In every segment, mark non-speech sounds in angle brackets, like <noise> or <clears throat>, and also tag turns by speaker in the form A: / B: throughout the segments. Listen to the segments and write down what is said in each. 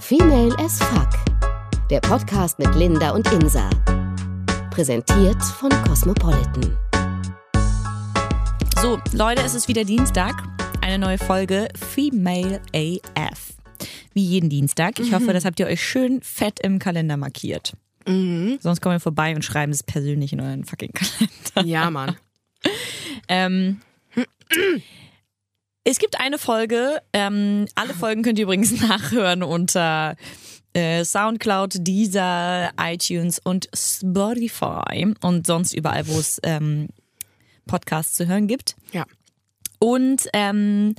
A: Female as Fuck. Der Podcast mit Linda und Insa. Präsentiert von Cosmopolitan.
B: So, Leute, es ist wieder Dienstag. Eine neue Folge Female AF. Wie jeden Dienstag. Ich
C: Mhm.
B: hoffe, das habt ihr euch schön fett im Kalender markiert.
C: Mhm.
B: Sonst kommen wir vorbei und schreiben es persönlich in euren fucking <laughs> Kalender.
C: Ja, Mann.
B: Ähm, es gibt eine Folge. Ähm, alle Folgen könnt ihr übrigens <laughs> nachhören unter äh, Soundcloud, Deezer, iTunes und Spotify und sonst überall, wo es ähm, Podcasts zu hören gibt.
C: Ja.
B: Und ähm,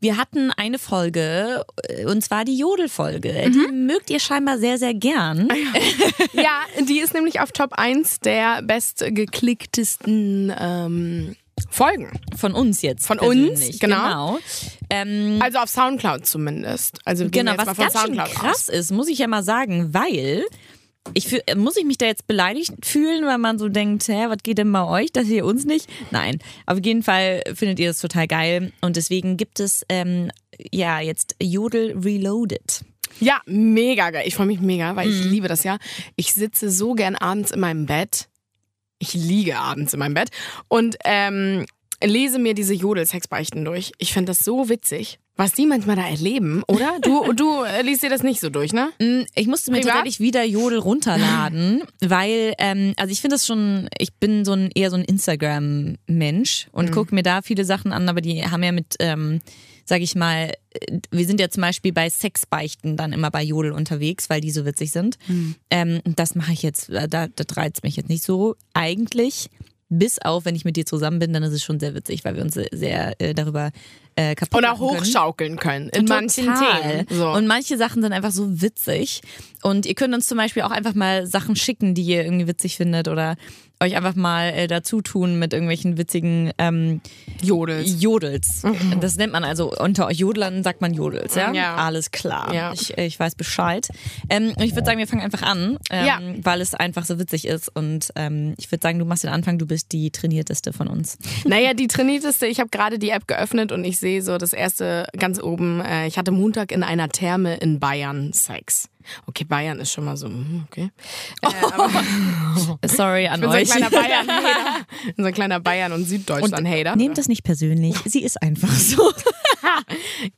B: wir hatten eine Folge, äh, und zwar die Jodelfolge. Die mögt ihr scheinbar sehr, sehr gern.
C: Mhm. Ah Ja, die ist nämlich auf Top 1 der bestgeklicktesten ähm, Folgen.
B: Von uns jetzt.
C: Von uns,
B: persönlich.
C: genau.
B: genau. Ähm,
C: Also auf Soundcloud zumindest. Also wir
B: Genau,
C: gehen jetzt
B: was
C: mal
B: ganz
C: von
B: schön
C: Soundcloud
B: krass ist, muss ich ja mal sagen, weil ich fühl, äh, muss ich mich da jetzt beleidigt fühlen, weil man so denkt, hä, was geht denn bei euch, dass ihr uns nicht? Nein, auf jeden Fall findet ihr das total geil und deswegen gibt es ähm, ja jetzt Jodel Reloaded.
C: aus. Ja, mega geil. Ich freue mich mega, weil
B: Mhm.
C: ich liebe das ja. Ich sitze so gern abends in meinem Bett. Ich liege abends in meinem Bett und ähm, lese mir diese Jodel-Sexbeichten durch. Ich finde das so witzig, was die manchmal da erleben, oder?
B: <laughs>
C: Du, du äh, liest dir das nicht so durch, ne?
B: Mm, Ich musste mir
C: Privat?
B: tatsächlich wieder Jodel runterladen, weil, ähm, also ich finde das schon, ich bin so ein eher so ein Instagram-Mensch und gucke mir da viele Sachen an, aber die haben ja mit, ähm, sag ich mal, äh, wir sind ja zum Beispiel bei Sexbeichten dann immer bei Jodel unterwegs, weil die so witzig sind. Ähm, das mache ich jetzt, äh, da, das reizt mich jetzt nicht so eigentlich. Bis auf, wenn ich mit dir zusammen bin, dann ist es schon sehr witzig, weil wir uns sehr, sehr äh, darüber äh, kaputt
C: Oder
B: machen können.
C: hochschaukeln können in manchen
B: Total.
C: Themen. So.
B: Und manche Sachen sind einfach so witzig. Und ihr könnt uns zum Beispiel auch einfach mal Sachen schicken, die ihr irgendwie witzig findet oder euch einfach mal äh, dazu tun mit irgendwelchen witzigen ähm,
C: Jodels.
B: Jodels. Das nennt man also unter euch Jodlern sagt man Jodels, ja?
C: Mhm. Ja.
B: Alles klar.
C: Ja.
B: Ich, äh, ich weiß Bescheid. Ähm, und ich würde sagen, wir fangen einfach an, ähm,
C: Ja.
B: weil es einfach so witzig ist. Und ähm, ich würde sagen, du machst den Anfang, du bist die trainierteste von uns. Äh,
C: Naja, die trainierteste, ich habe gerade die App geöffnet und ich sehe so das erste ganz oben. Äh, ich hatte Montag in einer Therme in Bayern Sex. Okay, Bayern ist schon mal so, hm, okay.
B: Sorry an
C: Ich bin so ein
B: euch.
C: kleiner Bayern-Hater. Ich bin <laughs> so ein kleiner Bayern- und
B: <laughs>
C: Süddeutschland-Hater.
B: Nehmt das nicht persönlich. Sie ist einfach so.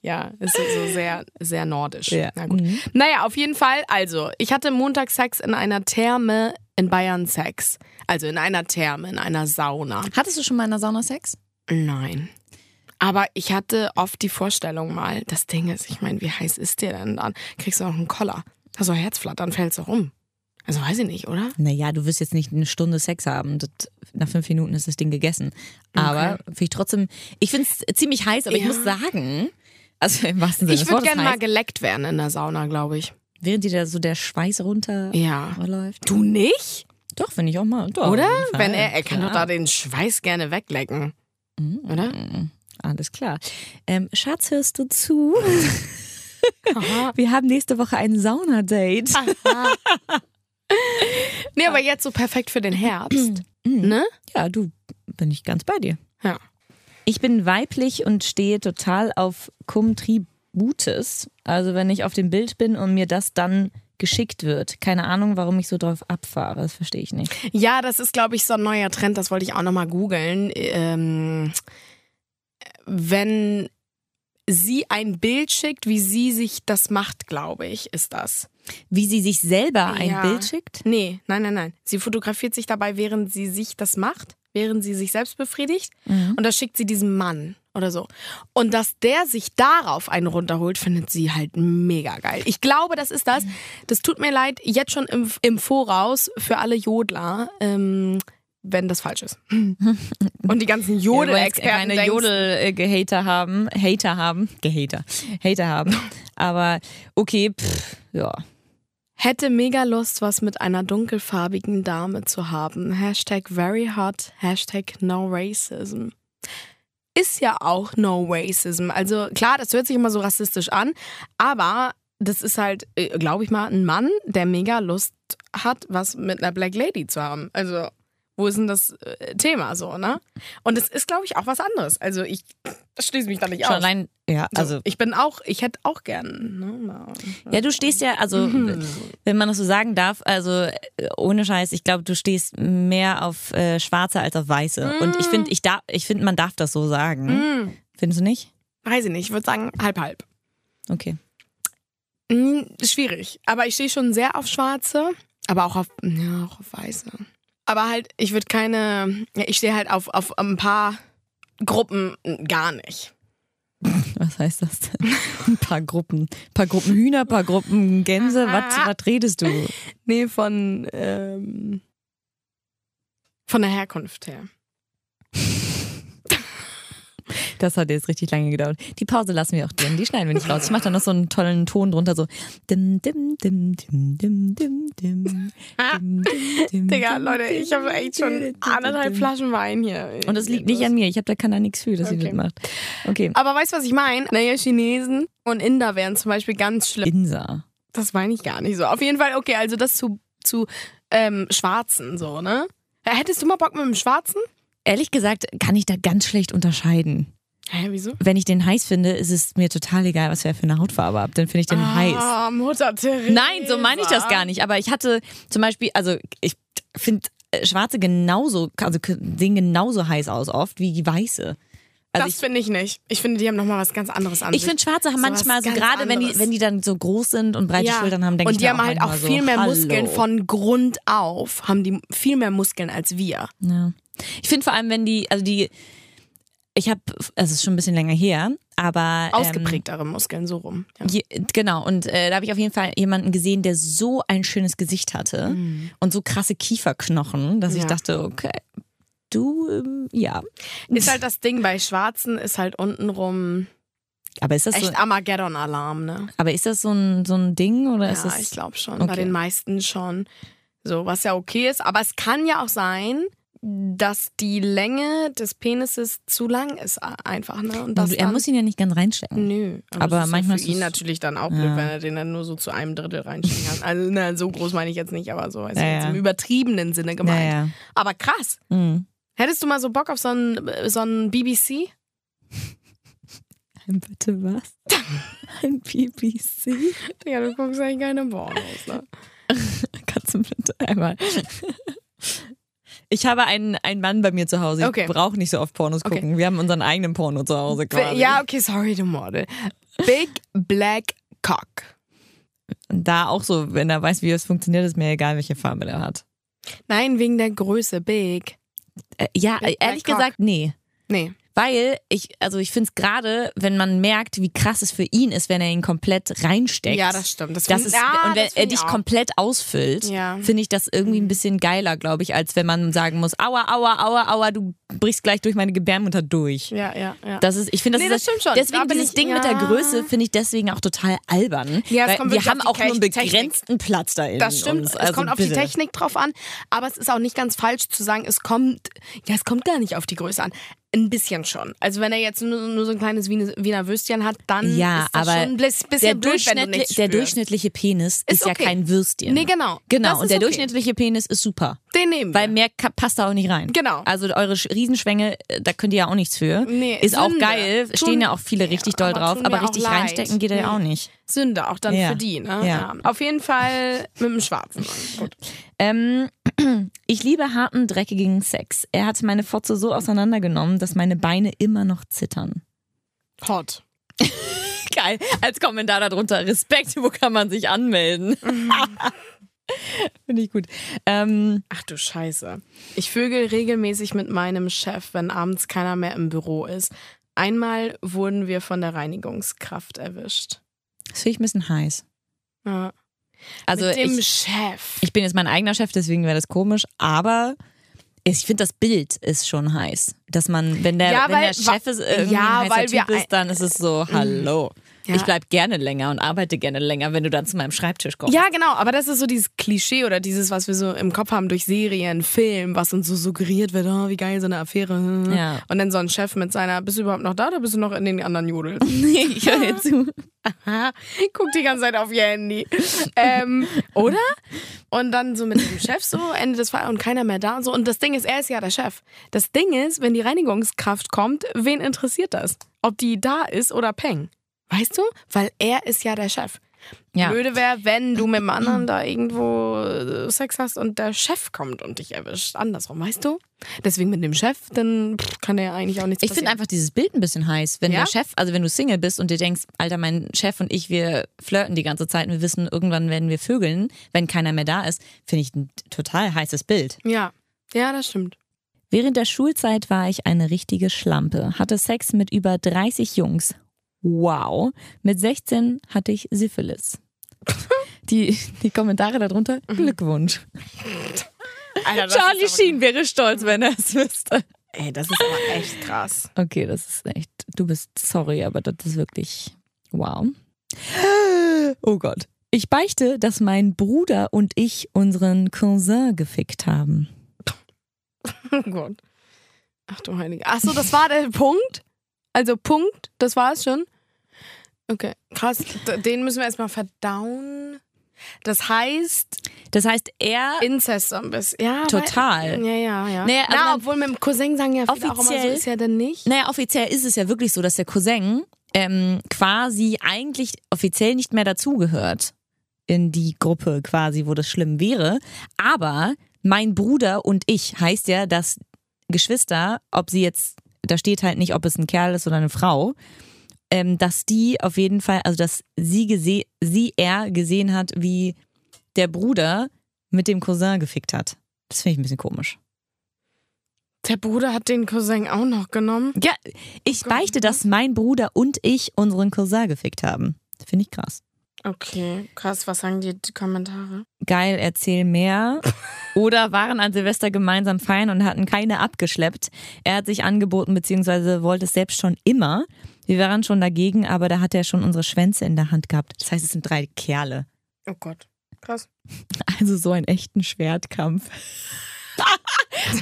C: Ja, ist so- so sehr, sehr nordisch.
B: Ja.
C: Na gut. Naja, auf jeden Fall. Also, ich hatte Montag Sex in einer Therme in Bayern Sex. Also in einer Therme, in einer Sauna.
B: Hattest du schon mal in der Sauna Sex?
C: Nein. Aber ich hatte oft die Vorstellung mal, das Ding ist, ich meine, wie heiß ist dir denn dann? Kriegst du noch einen Koller? Hast du Herzflattern, fällst du rum. Also weiß ich nicht, oder?
B: Naja, du wirst jetzt nicht eine Stunde Sex haben. Das, nach fünf Minuten ist das Ding gegessen. Aber finde ich trotzdem, ich finde es ziemlich heiß, aber ich
C: Ja.
B: muss sagen, also im wahrsten Sinne
C: Ich
B: des
C: würde
B: Wortes
C: gerne mal
B: heiß,
C: geleckt werden in der Sauna, glaube ich.
B: während dir da so der Schweiß runter
C: Ja.
B: läuft.
C: Du nicht?
B: Doch, finde ich auch mal. Doch,
C: Oder?
B: auf jeden Fall.
C: Wenn er, er kann doch da
B: Klar. Mhm.
C: den Schweiß gerne weglecken. Oder?
B: Alles klar. Ähm, Schatz, hörst du zu? <laughs> Wir haben nächste Woche ein Sauna-Date.
C: Nee, aber jetzt so perfekt für den Herbst.
B: Mhm.
C: ne?
B: Ja, du, bin ich ganz bei dir.
C: Ja.
B: Ich bin weiblich und stehe total auf Cum Tributes. Also wenn ich auf dem Bild bin und mir das dann geschickt wird. Keine Ahnung, warum ich so drauf abfahre. Das verstehe ich nicht.
C: Ja, das ist, glaube ich, so ein neuer Trend. Das wollte ich auch nochmal googeln. Ähm, wenn sie ein Bild schickt, wie sie sich das macht, glaube ich, ist das.
B: Wie sie sich selber ein
C: Ja.
B: Bild schickt?
C: Nee, nein, nein, nein. Sie fotografiert sich dabei, während sie sich das macht, während sie sich selbst befriedigt. Und das schickt sie diesem Mann oder so. Und dass der sich darauf einen runterholt, findet sie halt mega geil. Ich glaube, das ist das. Das tut mir leid, jetzt schon im, im Voraus für alle Jodler, ähm, wenn das falsch ist. Und die ganzen Jodel-Experten
B: keine
C: denken,
B: Jodel-Gehater haben. Hater haben. Gehater. Hater <laughs> haben. Aber okay, pff, ja.
C: hätte mega Lust, was mit einer dunkelfarbigen Dame zu haben. Hashtag very hot, Hashtag no racism. Ist ja auch no racism. Also klar, das hört sich immer so rassistisch an, aber das ist halt, glaube ich mal, ein Mann, der mega Lust hat, was mit einer Black Lady zu haben. Also wo ist denn das äh, Thema so, ne? Und es ist, glaube ich, auch was anderes. Also ich schließe mich da nicht
B: Schon
C: aus.
B: allein, ja, also.
C: Also ich bin auch, ich hätte auch gern. Ne?
B: Ja, du stehst ja, also,
C: Mhm.
B: wenn man das so sagen darf, also äh, ohne Scheiß, ich glaube, du stehst mehr auf äh, Schwarze als auf Weiße. Und ich finde, ich, darf- ich find, man darf das so
C: Mhm.
B: sagen.
C: Hm.
B: Findest du nicht?
C: Weiß ich nicht, ich würde sagen halb halb.
B: Okay. <laughs>
C: Hm, schwierig, aber ich stehe schon sehr auf Schwarze, aber auch auf, ja, auch auf Weiße. Aber halt, ich würde keine, ja, ich stehe halt auf, auf ein paar Gruppen gar nicht.
B: Was heißt das denn? Ein paar Gruppen. Ein paar Gruppen Hühner, ein paar Gruppen
C: <laughs>
B: Gänse. Was, was redest du?
C: Nee, von, ähm, von der Herkunft her.
B: Das hat jetzt richtig lange gedauert. Die Pause lassen wir auch drin. Die schneiden wir nicht raus. Ich mache da noch so einen tollen Ton drunter. So. Dim, dim, dim, dim, dim, dim, dim.
C: <laughs>
B: Dim, dim, dim,
C: Digga,
B: dim,
C: Leute,
B: dim,
C: ich habe echt
B: dim, dim,
C: schon
B: dim,
C: anderthalb
B: dim.
C: Flaschen Wein hier.
B: Und das liegt nicht an mir. Ich habe da kann da nichts für, dass sie
C: Okay.
B: das macht. Okay.
C: Aber weißt du, was ich meine? Naja, Chinesen und Inder wären zum Beispiel ganz schlimm.
B: Insa.
C: Das meine ich gar nicht so. Auf jeden Fall, okay, also das zu, zu ähm, Schwarzen so, ne? Ja, Hättest du mal Bock mit dem Schwarzen?
B: Ehrlich gesagt kann ich da ganz schlecht unterscheiden.
C: Hä, wieso?
B: Wenn ich den heiß finde, ist es mir total egal, was wer für eine Hautfarbe hat. Dann finde ich den heiß.
C: Ah, Mutter Theresa.
B: Nein, so meine ich das gar nicht. Aber ich hatte zum Beispiel, also ich finde Schwarze genauso, also k- sehen genauso heiß aus oft wie die Weiße. Also
C: das finde ich nicht. Ich finde, die haben nochmal was ganz anderes an
B: ich, ich
C: sich.
B: finde Schwarze haben
C: So was
B: manchmal so,
C: ganz
B: gerade wenn die,
C: anderes.
B: wenn die dann so groß sind und breite
C: Ja.
B: Schultern haben, denke ich
C: Und die
B: mir
C: haben halt auch
B: manchmal
C: viel
B: so,
C: mehr
B: hallo.
C: Muskeln von Grund auf, haben die viel mehr Muskeln als wir.
B: Ja. Ich finde vor allem, wenn die, also die, ich habe, es ist schon ein bisschen länger her, aber ähm,
C: Ausgeprägtere Muskeln, so rum. Ja.
B: Je, genau, und äh, da habe ich auf jeden Fall jemanden gesehen, der so ein schönes Gesicht hatte und so krasse Kieferknochen, dass ich
C: Mhm. Ja.
B: dachte, okay, du, ähm, ja.
C: Ist halt das Ding bei Schwarzen, ist halt untenrum
B: Aber ist das, so,
C: echt Armageddon-Alarm, ne?
B: aber ist das so, ein, so ein Ding oder ist
C: ja,
B: das.
C: ich glaube schon.
B: Okay.
C: Bei den meisten schon. So, was ja okay ist. Aber es kann ja auch sein, dass die Länge des Penises zu lang ist, a- einfach. Ne? Und das
B: er
C: dann,
B: muss ihn ja nicht ganz reinstecken.
C: Nö.
B: Aber
C: das ist
B: manchmal
C: ja
B: ist
C: für ihn
B: es-
C: natürlich dann auch
B: Ja.
C: blöd, wenn er den dann nur so zu einem Drittel reinschieben
B: <laughs>
C: kann. Also, na, so groß meine ich jetzt nicht, aber so. Ist
B: Ja,
C: jetzt
B: ja.
C: im übertriebenen Sinne gemeint.
B: Naja.
C: Aber krass.
B: Mhm.
C: Hättest du mal so Bock auf so einen, so einen BBC?
B: Ein Bitte was? <laughs> Ein BBC?
C: Ja, du guckst eigentlich keine Pornos, ne?
B: Kannst du bitte einmal. Ich habe einen, einen Mann bei mir zu Hause. Ich
C: Okay.
B: brauche nicht so oft Pornos
C: Okay.
B: gucken. Wir haben unseren eigenen Porno zu Hause quasi.
C: Ja, okay, sorry, du Model. Big Black Cock.
B: Und da auch so, wenn er weiß, wie es funktioniert, ist mir egal, welche Farbe der hat.
C: Nein, wegen der Größe Big.
B: Äh, ja,
C: Big
B: äh, ehrlich
C: Black
B: gesagt, nee.
C: Nee.
B: Weil ich, also ich finde es gerade, wenn man merkt, wie krass es für ihn ist, wenn er ihn komplett reinsteckt.
C: Ja, das stimmt. Das,
B: Das
C: find-
B: ist,
C: ja,
B: und wenn
C: das
B: er
C: find
B: dich
C: ich auch.
B: komplett ausfüllt,
C: Ja. Mhm.
B: finde ich das irgendwie ein bisschen geiler, glaube ich, als wenn man sagen muss, aua, aua, aua, aua, du brichst gleich durch meine Gebärmutter durch.
C: Ja, ja, ja.
B: Das ist, ich finde, das,
C: Nee,
B: ist
C: das stimmt schon. Da
B: Deswegen
C: bin
B: dieses
C: ich-
B: Ding mit der
C: ja.
B: Größe finde ich deswegen auch total albern.
C: Ja, es
B: weil
C: kommt
B: wir
C: wirklich
B: haben
C: auf die
B: auch nur einen
C: Technik-
B: begrenzten Platz da in
C: Das stimmt.
B: Uns.
C: es
B: Also
C: kommt auf die
B: bitte.
C: Technik drauf an, aber es ist auch nicht ganz falsch zu sagen, es kommt, ja, es kommt gar nicht auf die Größe an. Ein bisschen schon. Also wenn er jetzt nur, nur so ein kleines Wiener, Wiener Würstchen hat, dann
B: Ja,
C: ist das
B: aber
C: schon ein bisschen
B: der,
C: blöd, wenn du
B: durchschnittli- der
C: nichts spürst.
B: durchschnittliche Penis ist,
C: Ist
B: ja
C: okay.
B: kein Würstchen.
C: Nee, genau.
B: Genau,
C: Das
B: und
C: ist
B: der
C: okay.
B: durchschnittliche Penis ist super.
C: Den nehmen wir.
B: Weil mehr ka- passt da auch nicht rein.
C: Genau.
B: Also eure Sch- Riesenschwänge, äh, da könnt ihr ja auch nichts für.
C: Nee,
B: ist auch
C: Sünde.
B: geil.
C: Tun-
B: Stehen ja auch viele richtig doll
C: aber
B: drauf,
C: tun mir
B: aber
C: auch
B: richtig
C: leid.
B: reinstecken geht ja
C: Nee.
B: auch nicht.
C: Sünde, auch dann
B: Ja.
C: für die. Ne?
B: Ja.
C: Auf jeden Fall mit dem Schwarzen. Gut.
B: Ähm, <clears throat> ich liebe harten, dreckigen Sex. Er hat meine Fotze so auseinandergenommen, dass meine Beine immer noch zittern.
C: Hot.
B: <laughs> Geil. Als Kommentar darunter, Respekt, wo kann man sich <laughs> anmelden? Finde ich gut. Ähm,
C: Ach du Scheiße. Ich vögel regelmäßig mit meinem Chef, wenn abends keiner mehr im Büro ist. Einmal wurden wir von der Reinigungskraft erwischt.
B: das finde ich ein bisschen heiß.
C: Ja.
B: Also
C: Mit dem
B: ich,
C: Chef.
B: ich bin jetzt mein eigener Chef, deswegen wäre das komisch, aber ich finde, das Bild ist schon heiß. Dass man, wenn der,
C: Ja,
B: wenn
C: weil-
B: der Chef ist, irgendwie
C: ja,
B: ein Mhm. heißer
C: weil wir
B: Typ ist,
C: ein-
B: dann ist es so, hallo.
C: Ja.
B: Ich bleibe gerne länger und arbeite gerne länger, wenn du dann zu meinem Schreibtisch kommst.
C: Ja, genau, aber das ist so dieses Klischee oder dieses, was wir so im Kopf haben durch Serien, Film, was uns so suggeriert wird, oh, wie geil so eine Affäre. hm,
B: Ja.
C: Und dann so ein Chef mit seiner, bist du überhaupt noch da oder bist du noch in den anderen Jodel?
B: ich höre dir zu.
C: Guckt die ganze Zeit auf ihr Handy. Ähm, oder? Und dann so mit dem Chef so, Ende des Falls und keiner mehr da und so. Und das Ding ist, er ist ja der Chef. Das Ding ist, wenn die Reinigungskraft kommt, wen interessiert das? Ob die da ist oder Peng. Weißt du? Weil er ist ja der Chef.
B: Ja.
C: Blöde wäre, wenn du mit dem anderen da irgendwo äh, Sex hast und der Chef kommt und dich erwischt. Andersrum, weißt du? Deswegen mit dem Chef, dann pff, kann er eigentlich auch nichts
B: Ich
C: passieren.
B: finde einfach dieses Bild ein bisschen heiß, wenn
C: Ja?
B: der Chef, also wenn du Single bist und dir denkst, Alter, mein Chef und ich, wir flirten die ganze Zeit und wir wissen, irgendwann werden wir vögeln, wenn keiner mehr da ist, finde ich ein total heißes Bild.
C: Ja. Ja, das stimmt.
B: Während der Schulzeit war ich eine richtige Schlampe, hatte Sex mit über 30 Jungs. Wow. Mit 16 hatte ich <laughs> Syphilis. Die, die Kommentare darunter, Glückwunsch.
C: Alter,
B: Charlie Sheen wäre stolz, wenn er es wüsste.
C: Ey, das ist aber echt krass.
B: Okay, das ist echt, du bist sorry, aber das ist wirklich wow. Oh Gott. Ich beichte, dass mein Bruder und ich unseren Cousin gefickt haben.
C: Oh Gott. Ach du Heilige. Ach so, das war der Punkt? Also Punkt, das war es schon? Okay, krass. D- Den müssen wir erstmal verdauen. Das heißt,
B: Das heißt, er
C: Inzest so ein bisschen. Ja,
B: Ah. total.
C: Weil, ja, ja, ja.
B: Nee, also
C: Na,
B: dann-
C: obwohl mit dem Cousin sagen ja viele auch immer so,
B: Offiziell-
C: ist ja dann nicht.
B: Naja, offiziell ist es ja wirklich so, dass der Cousin ähm, quasi eigentlich offiziell nicht mehr dazugehört in die Gruppe quasi, wo das schlimm wäre. Aber mein Bruder und ich heißt ja, dass Geschwister, ob sie jetzt, da steht halt nicht, ob es ein Kerl ist oder eine Frau, ähm, dass die auf jeden Fall, also dass sie gese sie er gesehen hat, wie der Bruder mit dem Cousin gefickt hat. Das finde ich ein bisschen komisch.
C: Der Bruder hat den Cousin auch noch genommen.
B: Ja, ich beichte, dass mein Bruder und ich unseren Cousin gefickt haben. Finde ich krass.
C: Okay, krass, was sagen die, die Kommentare?
B: Geil, erzähl mehr. Oder waren an Silvester gemeinsam feiern und hatten keine abgeschleppt. Er hat sich angeboten, beziehungsweise wollte es selbst schon immer. Wir waren schon dagegen, aber da hat er schon unsere Schwänze in der Hand gehabt. Das heißt, es sind drei Kerle.
C: Oh Gott,
B: <laughs>
C: krass.
B: Also so einen echten Schwertkampf.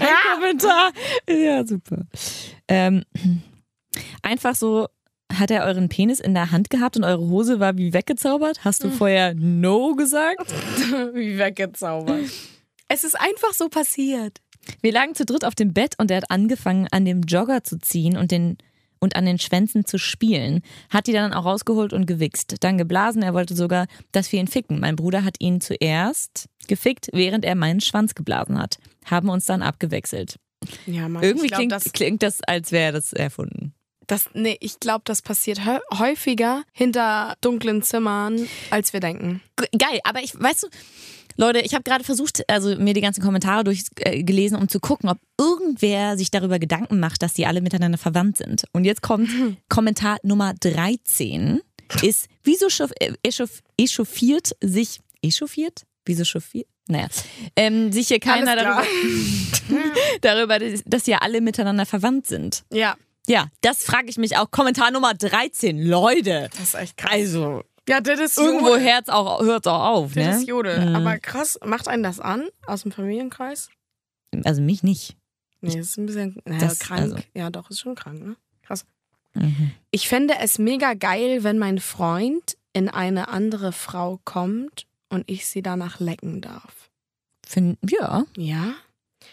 B: Ein Kommentar. Ja, super. Ähm, einfach so, hat er euren Penis in der Hand gehabt und eure Hose war wie weggezaubert? Hast du vorher No gesagt?
C: Wie weggezaubert. Es ist einfach so passiert.
B: Wir lagen zu dritt auf dem Bett und er hat angefangen, an dem Jogger zu ziehen und den und an den Schwänzen zu spielen, hat die dann auch rausgeholt und gewichst, dann geblasen, er wollte sogar, dass wir ihn ficken. Mein Bruder hat ihn zuerst gefickt, während er meinen Schwanz geblasen hat, haben uns dann abgewechselt.
C: Ja, Mann,
B: Irgendwie
C: ich glaub,
B: klingt,
C: das
B: klingt das, als wäre das erfunden.
C: Das, nee, ich glaube, das passiert hö- häufiger hinter dunklen Zimmern, als wir denken.
B: Ge- Geil, aber ich, weißt du, Leute, ich habe gerade versucht, also mir die ganzen Kommentare durchgelesen, um zu gucken, ob irgendwer sich darüber Gedanken macht, dass die alle miteinander verwandt sind. Und jetzt kommt Kommentar Nummer 13 ist, wieso schauf- äh, echauf- echauffiert sich, echauffiert? Wieso chauffiert? Naja, ähm, sich hier keiner
C: Alles
B: darüber,
C: klar.
B: darüber, dass- dass ja alle miteinander verwandt sind.
C: Ja,
B: Ja, das frage ich mich auch. Kommentar Nummer 13, Leute.
C: das ist echt krass.
B: Also,
C: Ja, das ist
B: irgendwo
C: Jodel.
B: hört's auch, hört's auch auf,
C: Das
B: ne?
C: ist Jodel. Aber krass, macht einen das an aus dem Familienkreis?
B: Also mich nicht.
C: Nee, das ist ein bisschen naja,
B: Das-
C: krank.
B: also- Mhm.
C: Ja, doch, ist schon krank, ne? Krass. Ich fände es mega geil, wenn mein Freund in eine andere Frau kommt und ich sie danach lecken darf.
B: Find, ja.
C: Ja?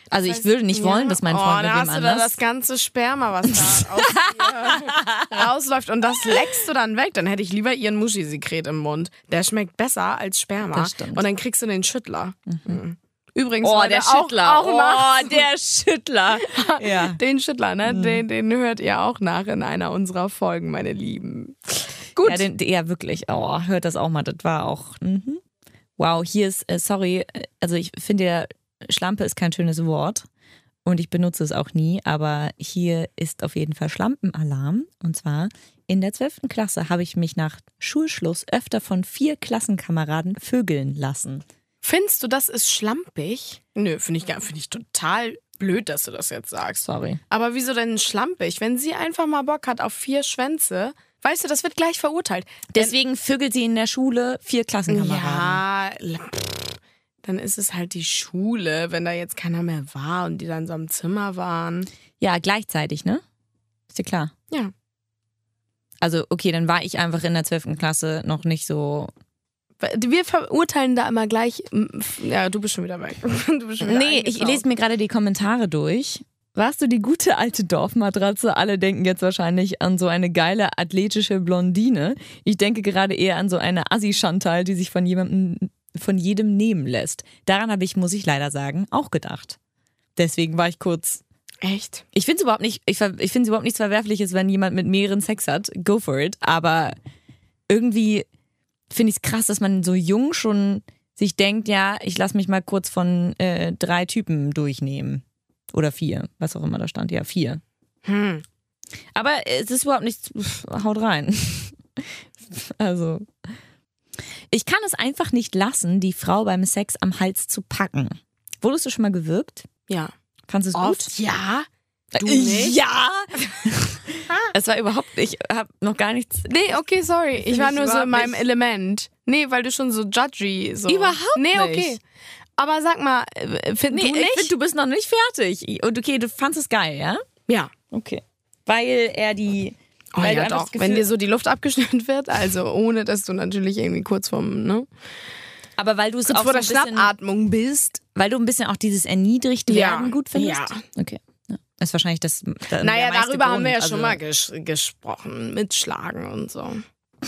B: Also ich würde nicht
C: Ja.
B: wollen, dass mein Freund
C: oh,
B: mit
C: da hast
B: wem
C: du da
B: anders.
C: das ganze Sperma, was
B: <laughs>
C: da aus dir rausläuft. Und das leckst du dann weg. Dann hätte ich lieber ihren Muschi-Sekret im Mund. Der schmeckt besser als Sperma.
B: Das stimmt.
C: Und dann kriegst du den Schüttler. Mhm. Übrigens,
B: oh,
C: Leute,
B: der
C: auch,
B: Schüttler.
C: Auch nach,
B: oh, der
C: <laughs>
B: Schüttler. ja.
C: Den Schüttler, ne?
B: Mhm.
C: Den, den hört ihr auch nach in einer unserer Folgen, meine Lieben. Gut.
B: Ja, den, ja, wirklich. Oh, hört das auch mal. Das war auch. Mhm. Wow, hier ist, äh, sorry, äh, also ich finde ja, Schlampe ist kein schönes Wort und ich benutze es auch nie, aber hier ist auf jeden Fall Schlampenalarm. Und zwar in der 12. Klasse habe ich mich nach Schulschluss öfter von vier Klassenkameraden vögeln lassen.
C: Findest du, das ist schlampig? Nö, finde ich, gar- find ich total blöd, dass du das jetzt sagst.
B: Sorry.
C: Aber wieso denn schlampig? Wenn sie einfach mal Bock hat auf vier Schwänze, Weißt du, das wird gleich verurteilt. Wenn-
B: Deswegen vögelt sie in der Schule vier Klassenkameraden.
C: Ja, l- pff, dann ist es halt die Schule, wenn da jetzt keiner mehr war und die dann so am Zimmer waren.
B: Ja, gleichzeitig, ne? Ist dir klar.
C: Ja.
B: Also, okay, dann war ich einfach in der 12. Klasse noch nicht so.
C: Wir verurteilen da immer gleich. m, f- Ja, du bist schon wieder weg. <laughs> Du bist schon wieder
B: Nee, ich
C: eingetaucht.
B: lese mir gerade die Kommentare durch. Warst du die gute alte Dorfmatratze? Alle denken jetzt wahrscheinlich an so eine geile athletische Blondine. Ich denke gerade eher an so eine Assi-Chantal, die sich von jemandem, von jedem nehmen lässt. Daran habe ich, muss ich leider sagen, auch gedacht. Deswegen war ich kurz
C: Echt?
B: Ich finde es überhaupt nicht, ich, ver- ich find's überhaupt nichts Verwerfliches, wenn jemand mit mehreren Sex hat. Go for it. Aber irgendwie finde ich es krass, dass man so jung schon sich denkt, ja, ich lasse mich mal kurz von äh, drei Typen durchnehmen. Oder vier, was auch immer da stand. Ja, vier.
C: Hm.
B: Aber es ist überhaupt nichts, pff, haut rein. <laughs> also. Ich kann es einfach nicht lassen, die Frau beim Sex am Hals zu packen. Wurdest du schon mal gewürgt?
C: Ja.
B: Kannst du es gut?
C: Oft? Ja. Du
B: Äh, <laughs>
C: nicht?
B: Ja! es war überhaupt, ich habe noch gar nichts.
C: Nee, okay, sorry. Ich war
B: ich
C: nur so
B: überhaupt
C: in meinem
B: nicht.
C: Element. Nee, weil du schon so judgy so.
B: Überhaupt
C: Nee,
B: nicht.
C: okay. Aber sag mal, äh, find
B: Nee,
C: du
B: ich
C: nicht?
B: find, du bist noch nicht fertig. Und okay, du fandst es geil, ja?
C: ja.
B: Okay. Weil er die.
C: Oh
B: weil du
C: ja,
B: einfach
C: doch.
B: das
C: Wenn
B: Gefühl-
C: dir so die Luft abgeschnitten wird, also ohne, dass du natürlich irgendwie kurz vorm, ne?
B: aber weil du es auch
C: vor
B: so ein
C: der
B: bisschen,
C: Schnappatmung bist.
B: weil du ein bisschen auch dieses erniedrigt
C: Ja.
B: werden gut findest.
C: Ja.
B: Okay. Ja. Das ist wahrscheinlich das. der
C: Naja,
B: meiste
C: darüber haben
B: Grund.
C: wir ja
B: Also,
C: schon mal ges gesprochen. Mit Schlagen und so.
B: Also,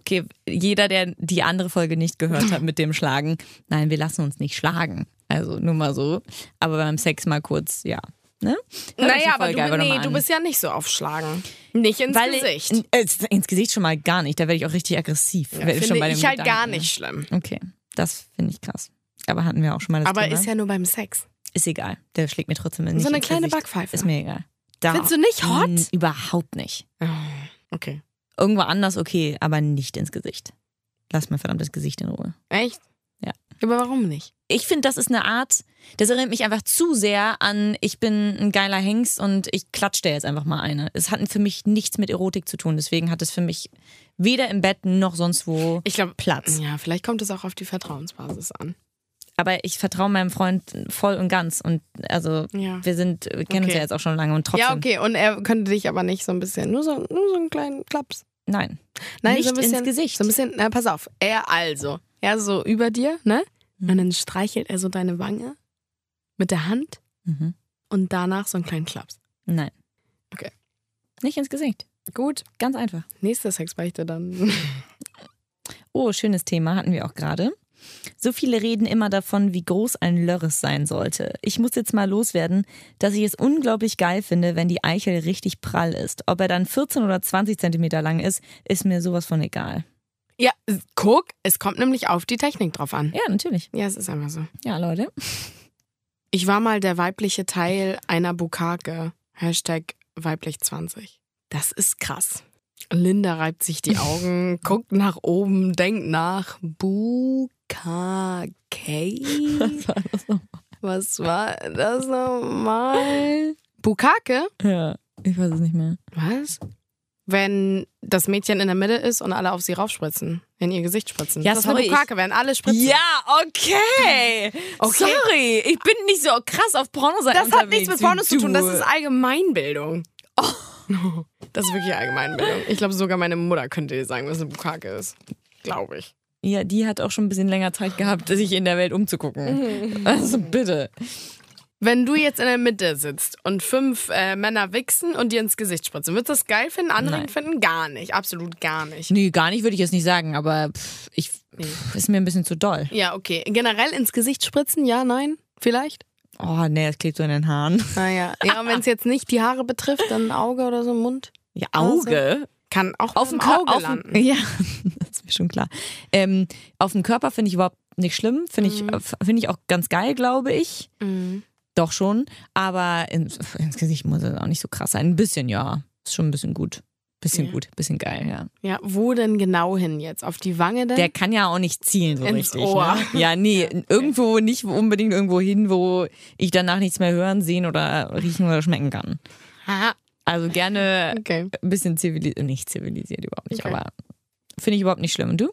B: Okay, jeder, der die andere Folge nicht gehört hat mit dem Schlagen, nein, wir lassen uns nicht schlagen. Also nur mal so. Aber beim Sex mal kurz, ja. Ne? Hört euch die
C: naja, aber
B: Folge
C: du,
B: einfach
C: nee,
B: nochmal
C: du
B: an.
C: bist ja nicht so auf Schlagen. Nicht ins
B: Weil-
C: Gesicht.
B: N- äh, ins Gesicht schon mal gar nicht. Da werde ich auch richtig aggressiv.
C: Ja,
B: Werd
C: finde
B: schon bei dem
C: ich halt
B: Gedanken.
C: gar nicht schlimm.
B: Okay, das finde ich krass. Aber hatten wir auch schon mal das
C: Aber
B: Thema.
C: ist ja nur beim Sex.
B: ist egal. Der schlägt mir trotzdem in
C: So eine
B: ins
C: kleine
B: Gesicht.
C: Backpfeife.
B: Ist mir egal. Da,
C: Findest du nicht hot?
B: N- Überhaupt nicht.
C: Oh, Okay.
B: Irgendwo anders okay, aber nicht ins Gesicht. Lass mein verdammtes Gesicht in Ruhe.
C: Echt?
B: Ja.
C: Aber warum nicht?
B: Ich finde, das ist eine Art, das erinnert mich einfach zu sehr an, ich bin ein geiler Hengst und ich klatsche dir jetzt einfach mal eine. Es hat für mich nichts mit Erotik zu tun. Deswegen hat es für mich weder im Bett noch sonst wo
C: Ich glaube,
B: Platz.
C: ja, vielleicht kommt es auch auf die Vertrauensbasis an.
B: aber ich vertraue meinem Freund voll und ganz. Und also
C: Ja.
B: wir sind, wir kennen uns
C: Okay.
B: ja jetzt auch schon lange und trotzdem.
C: Ja, okay. Und er könnte dich aber nicht so ein bisschen, nur so, nur so einen kleinen Klaps.
B: Nein.
C: Nein,
B: Nicht
C: so ein bisschen,
B: ins Gesicht.
C: So ein bisschen, na, pass auf. Er also, er so über dir, ne? Und dann streichelt er so deine Wange mit der Hand
B: mhm.
C: und danach so einen kleinen Klaps.
B: Nein.
C: Okay.
B: Nicht ins Gesicht.
C: Gut.
B: Ganz einfach.
C: Nächste Sexbeichte dann.
B: Oh, schönes Thema hatten wir auch gerade. So viele reden immer davon, wie groß ein Lörres sein sollte. Ich muss jetzt mal loswerden, dass ich es unglaublich geil finde, wenn die Eichel richtig prall ist. Ob er dann 14 oder 20 Zentimeter lang ist, ist mir sowas von egal.
C: ja, guck, es kommt nämlich auf die Technik drauf an.
B: Ja, natürlich.
C: Ja, es ist einfach so.
B: Ja, Leute.
C: Ich war mal der weibliche Teil einer Bukake. Hashtag weiblich 20. Das ist krass. Linda reibt sich die
B: <laughs>
C: Augen, guckt nach oben, denkt nach. Bukake? Was war das nochmal? Bukake?
B: Ja, ich weiß es nicht mehr.
C: Was? Wenn das Mädchen in der Mitte ist und alle auf sie raufspritzen, in ihr Gesicht spritzen.
B: Ja,
C: das ist eine
B: sorry, ich-
C: Bukake, werden alle spritzen.
B: Ja, okay.
C: Okay.
B: Sorry, ich bin nicht so krass auf Pornoseiten
C: Das hat
B: unterwegs
C: nichts mit
B: wie
C: Pornos zu tun, das
B: du.
C: ist Allgemeinbildung. Oh. <laughs> Das ist wirklich Allgemeinbildung. Ich glaube, sogar meine Mutter könnte dir sagen, was eine Bukake ist. Glaube ich.
B: Ja, die hat auch schon ein bisschen länger Zeit gehabt, sich in der Welt umzugucken. Also bitte.
C: Wenn du jetzt in der Mitte sitzt und fünf äh, Männer wichsen und dir ins Gesicht spritzen, würdest du das geil finden, anregend finden? Gar nicht, absolut gar nicht.
B: Nee, gar nicht, würde ich jetzt nicht sagen, aber pff, ich pff, ist mir ein bisschen zu doll.
C: Ja, okay. Generell ins Gesicht spritzen? Ja, nein? Vielleicht?
B: Oh, nee, es klebt so in den Haaren.
C: Naja. Ja, und wenn es jetzt nicht die Haare betrifft, dann ein Auge oder so ein Mund?
B: Ja, Also,
C: Auge? Kann auch
B: Auf
C: dem
B: dem Körper.
C: Auge
B: auf dem- <laughs>
C: landen.
B: Ja, das ist mir schon klar. Ähm, auf dem Körper finde ich überhaupt nicht schlimm. Finde ich, äh, finde ich auch ganz geil, glaube ich.
C: Mhm.
B: Doch schon. Aber ins, ins Gesicht muss es auch nicht so krass sein. Ein bisschen, ja. Ist schon ein bisschen gut. Bisschen
C: Ja.
B: gut, bisschen geil, ja.
C: Ja, wo denn genau hin jetzt? Auf die Wange denn?
B: Der kann ja auch nicht zielen so
C: Ins
B: richtig.
C: Ohr.
B: Ne? Ja, nee, irgendwo nicht unbedingt irgendwo hin, wo ich danach nichts mehr hören, sehen oder riechen oder schmecken kann.
C: Aha.
B: Also gerne
C: Okay.
B: ein bisschen zivilisiert, nicht zivilisiert überhaupt nicht,
C: Okay.
B: aber finde ich überhaupt nicht schlimm. Und du?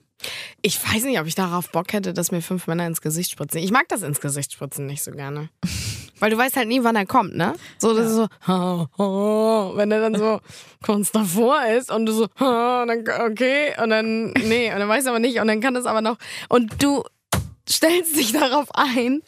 C: Ich weiß nicht, ob ich darauf Bock hätte, dass mir fünf Männer ins Gesicht spritzen. Ich mag das ins Gesicht spritzen nicht
B: <laughs>
C: so gerne. Weil du weißt halt nie, wann er kommt, ne? So, das ist so, oh, oh, wenn er dann so kurz davor ist und du so, oh, dann, okay, und dann, nee, und dann weißt du aber nicht, und dann kann das aber noch, und du stellst dich darauf ein,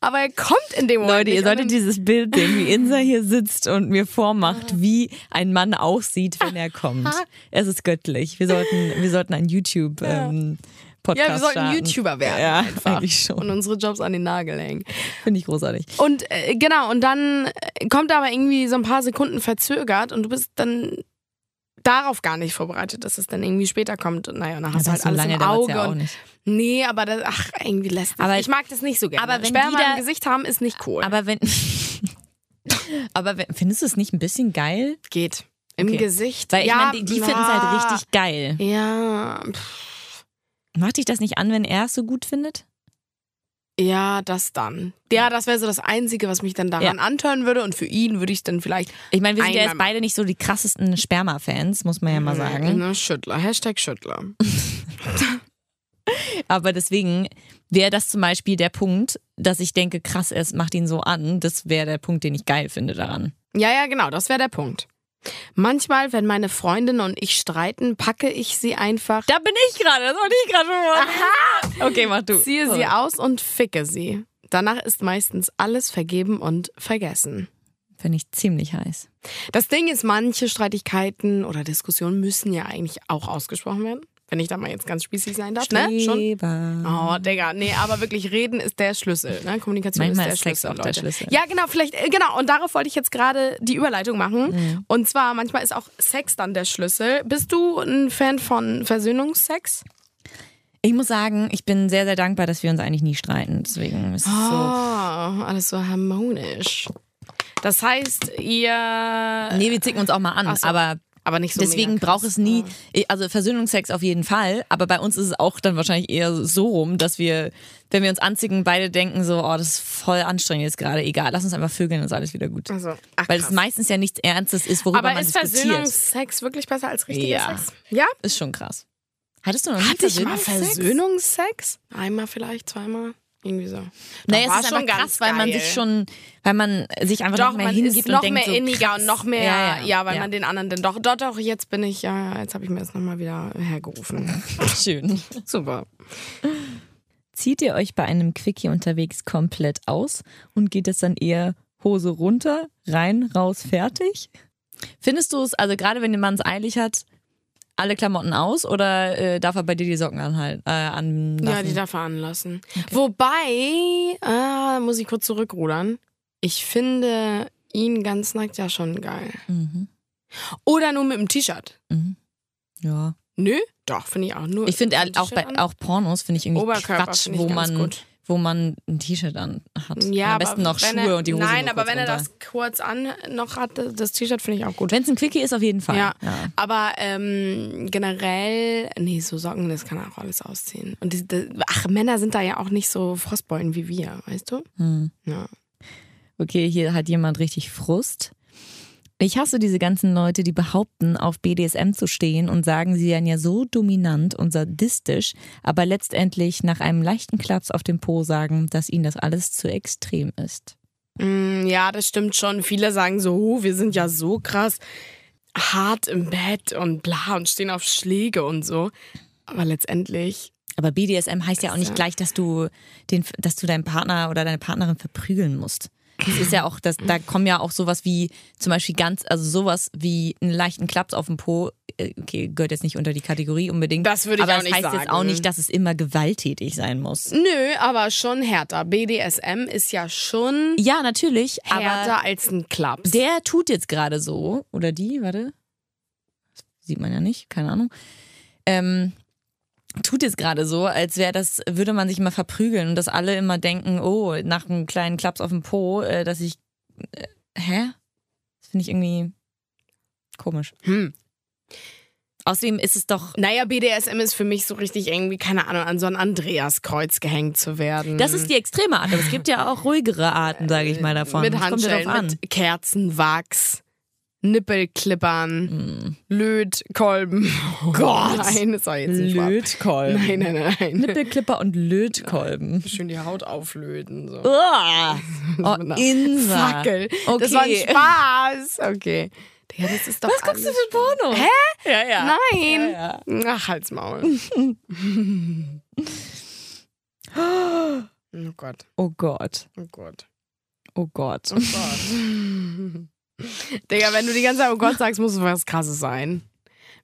C: aber er kommt in dem Moment.
B: Leute, ihr
C: nicht, und
B: solltet dieses Bild sehen, wie Insa hier sitzt und mir
C: Ah.
B: vormacht, wie ein Mann aussieht, wenn er kommt. Es ist göttlich. Wir sollten, wir sollten einen YouTube-Podcast ähm, Podcast
C: Ja, wir sollten
B: starten.
C: YouTuber werden
B: Ja, <laughs>
C: einfach.
B: eigentlich
C: dann, und
B: schon.
C: unsere Jobs an den Nagel hängen.
B: Finde ich großartig.
C: Und äh, genau, und dann äh, kommt aber irgendwie so ein paar Sekunden verzögert und du bist dann darauf gar nicht vorbereitet, dass es dann irgendwie später kommt. Und naja, und dann hast du halt alles im
B: dauert's
C: Auge.
B: ja auch
C: und,
B: nicht.
C: nee, aber das, ach, irgendwie lässt es.
B: Aber-
C: Ich mag das nicht so gerne.
B: aber wenn
C: Sperma
B: die da-
C: im Gesicht haben, ist nicht cool.
B: Aber wenn. <laughs> aber wenn, findest du es nicht ein bisschen geil?
C: Geht. Im
B: Okay.
C: Gesicht.
B: Weil ich
C: ja,
B: meine, die, die finden es
C: na,
B: halt richtig geil.
C: Ja, pff,
B: Macht dich das nicht an, wenn er es so gut findet?
C: ja, das dann. Ja, das wäre so das Einzige, was mich dann daran antören würde. Und für ihn würde ich dann vielleicht.
B: Ich meine, wir sind ja
C: Einmal
B: jetzt
C: mal.
B: beide nicht so die krassesten Sperma-Fans, muss man ja mal sagen.
C: Ne, Schüttler. Hashtag Schüttler.
B: Aber deswegen wäre das zum Beispiel der Punkt, dass ich denke, krass, es macht ihn so an. Das wäre der Punkt, den ich geil finde daran.
C: Ja, ja, genau, das wäre der Punkt. Manchmal, wenn meine Freundin und ich streiten, packe ich sie einfach,
B: Da bin ich gerade, das wollte ich gerade schon mal. Okay, mach du.
C: ziehe sie aus und ficke sie. Danach ist meistens alles vergeben und vergessen.
B: Finde ich ziemlich heiß.
C: Das Ding ist, manche Streitigkeiten oder Diskussionen müssen ja eigentlich auch ausgesprochen werden. Wenn ich da mal jetzt ganz spießig sein darf, ne? Schon.
B: Streber.
C: Oh, Digga, nee, aber wirklich reden ist der Schlüssel. Ne? Kommunikation
B: Manchmal
C: ist der
B: ist Sex
C: Schlüssel.
B: auch der
C: Leute.
B: Schlüssel.
C: Ja, genau, vielleicht, äh, genau. Und darauf wollte ich jetzt gerade die Überleitung machen.
B: Mhm.
C: Und zwar, manchmal ist auch Sex dann der Schlüssel. Bist du ein Fan von Versöhnungsex?
B: Ich muss sagen, ich bin sehr, sehr dankbar, dass wir uns eigentlich nie streiten. Deswegen ist es so.
C: Oh, alles so harmonisch. Das heißt, ihr.
B: Nee, wir zicken uns auch mal an,
C: so.
B: aber
C: Aber nicht so.
B: deswegen
C: mega krass.
B: braucht es nie, also Versöhnungsex auf jeden Fall, aber bei uns ist es auch dann wahrscheinlich eher so rum, dass wir, wenn wir uns anzicken, beide denken so, oh, das ist voll anstrengend jetzt gerade, egal, lass uns einfach vögeln, ist alles wieder gut.
C: Also, ach,
B: Weil
C: krass.
B: es meistens ja nichts Ernstes ist, worüber
C: Aber
B: man
C: ist
B: diskutiert.
C: Versöhnungsex wirklich besser als richtiger
B: Ja.
C: Sex? Ja.
B: Ist schon krass. Hattest du noch nie
C: Hatte ich mal
B: Versöhnungsex?
C: Versöhnungsex? Einmal vielleicht, zweimal. Irgendwie so.
B: Naja,
C: Doch,
B: es ist
C: war
B: einfach
C: schon
B: krass,
C: ganz
B: weil man
C: geil.
B: sich schon, weil man sich einfach
C: Doch,
B: noch mehr
C: man
B: hingibt
C: ist
B: und
C: noch
B: denkt
C: mehr
B: so,
C: inniger
B: krass.
C: und noch mehr,
B: Ja,
C: ja,
B: ja,
C: weil
B: ja.
C: man den anderen dann doch, doch, doch, jetzt bin ich, ja, ja, jetzt habe ich mir das nochmal wieder
B: <laughs>
C: hergerufen.
B: Schön.
C: Super.
B: Zieht ihr euch bei einem Quickie unterwegs komplett aus und geht es dann eher Hose runter, rein, raus, fertig? Findest du es, also gerade wenn der Mann es eilig hat, alle Klamotten aus oder äh, darf er bei dir die Socken anhalten? Äh, anlassen?
C: Ja, die darf er anlassen. Wobei, ah, muss ich kurz zurückrudern. Ich finde ihn ganz nackt ja schon geil.
B: Mhm.
C: Oder nur mit dem T-Shirt.
B: Mhm. Ja.
C: Nö, doch, finde ich auch nur.
B: Ich finde
C: mit dem
B: auch, bei,
C: T-Shirt an.
B: auch Pornos finde ich irgendwie
C: Oberkörper
B: Quatsch,
C: finde ich
B: wo
C: ganz
B: man,
C: gut.
B: wo man ein T-Shirt an hat.
C: Ja,
B: Und am besten
C: aber
B: noch
C: wenn
B: Schuhe
C: er,
B: und die Hose.
C: Nein,
B: nur
C: aber
B: kurz
C: wenn er
B: runter.
C: das kurz an noch hat, das T-Shirt finde ich auch gut.
B: Wenn es ein Quickie ist, auf jeden Fall.
C: Ja. Aber ähm, generell, nee, so Socken, das kann er auch alles ausziehen. Und die, die, ach, Männer sind da ja auch nicht so Frostbeulen wie wir, weißt du?
B: Hm.
C: Ja.
B: okay, hier hat jemand richtig Frust. Ich hasse diese ganzen Leute, die behaupten, auf BDSM zu stehen und sagen, sie seien ja so dominant und sadistisch, aber letztendlich nach einem leichten Klaps auf den Po sagen, dass ihnen das alles zu extrem ist.
C: Mm, ja, das stimmt schon. Viele sagen so, oh, wir sind ja so krass hart im Bett und bla und stehen auf Schläge und so. Aber letztendlich,
B: Aber BDSM heißt ja auch nicht gleich, dass du den, dass du deinen Partner oder deine Partnerin verprügeln musst. Das ist ja auch, das, da kommen ja auch sowas wie zum Beispiel ganz, also sowas wie einen leichten Klaps auf dem Po. äh, Okay, gehört jetzt nicht unter die Kategorie unbedingt.
C: Das würde ich
B: aber
C: auch
B: das
C: nicht
B: heißt jetzt
C: sagen.
B: auch nicht, dass es immer gewalttätig sein muss.
C: nö, aber schon härter. BDSM ist ja schon
B: Ja, natürlich,
C: härter
B: aber
C: als ein Klaps.
B: der tut jetzt gerade so oder die, warte, das sieht man ja nicht, keine Ahnung. Ähm, tut jetzt gerade so, als wäre das, würde man sich mal verprügeln und dass alle immer denken, oh, nach einem kleinen Klaps auf dem Po, äh, dass ich, äh, hä? Das finde ich irgendwie komisch.
C: Hm.
B: Außerdem ist es doch,
C: Naja, BDSM ist für mich so richtig irgendwie, keine Ahnung, an so ein Andreaskreuz gehängt zu werden.
B: das ist die extreme Art, aber es gibt ja auch ruhigere Arten, sage ich mal davon.
C: Mit
B: Das kommt ja
C: Handschellen,
B: drauf an.
C: mit Kerzenwachs, Nippelklippern, Lötkolben. <laughs> Oh
B: Hm. Gott.
C: Nein, das war jetzt nicht wahr.
B: Lötkolben.
C: Nein, nein, nein.
B: Nippelklipper und Lötkolben.
C: <laughs> Schön die Haut auflöten. So. <laughs>
B: Uah. Oh, Insa.
C: Fackel.
B: Okay.
C: Das war ein Spaß. Okay. Digga, das ist doch
B: Was guckst du
C: alles-
B: für Porno? Hä? Ja, ja.
C: Nein.
B: Ja,
C: Ach, halt's <laughs> Maul. Oh Gott,
B: Oh Gott.
C: oh Gott,
B: Oh Gott.
C: oh Gott. Digga, wenn du die ganze Zeit oh Gott sagst, muss es was Krasses sein.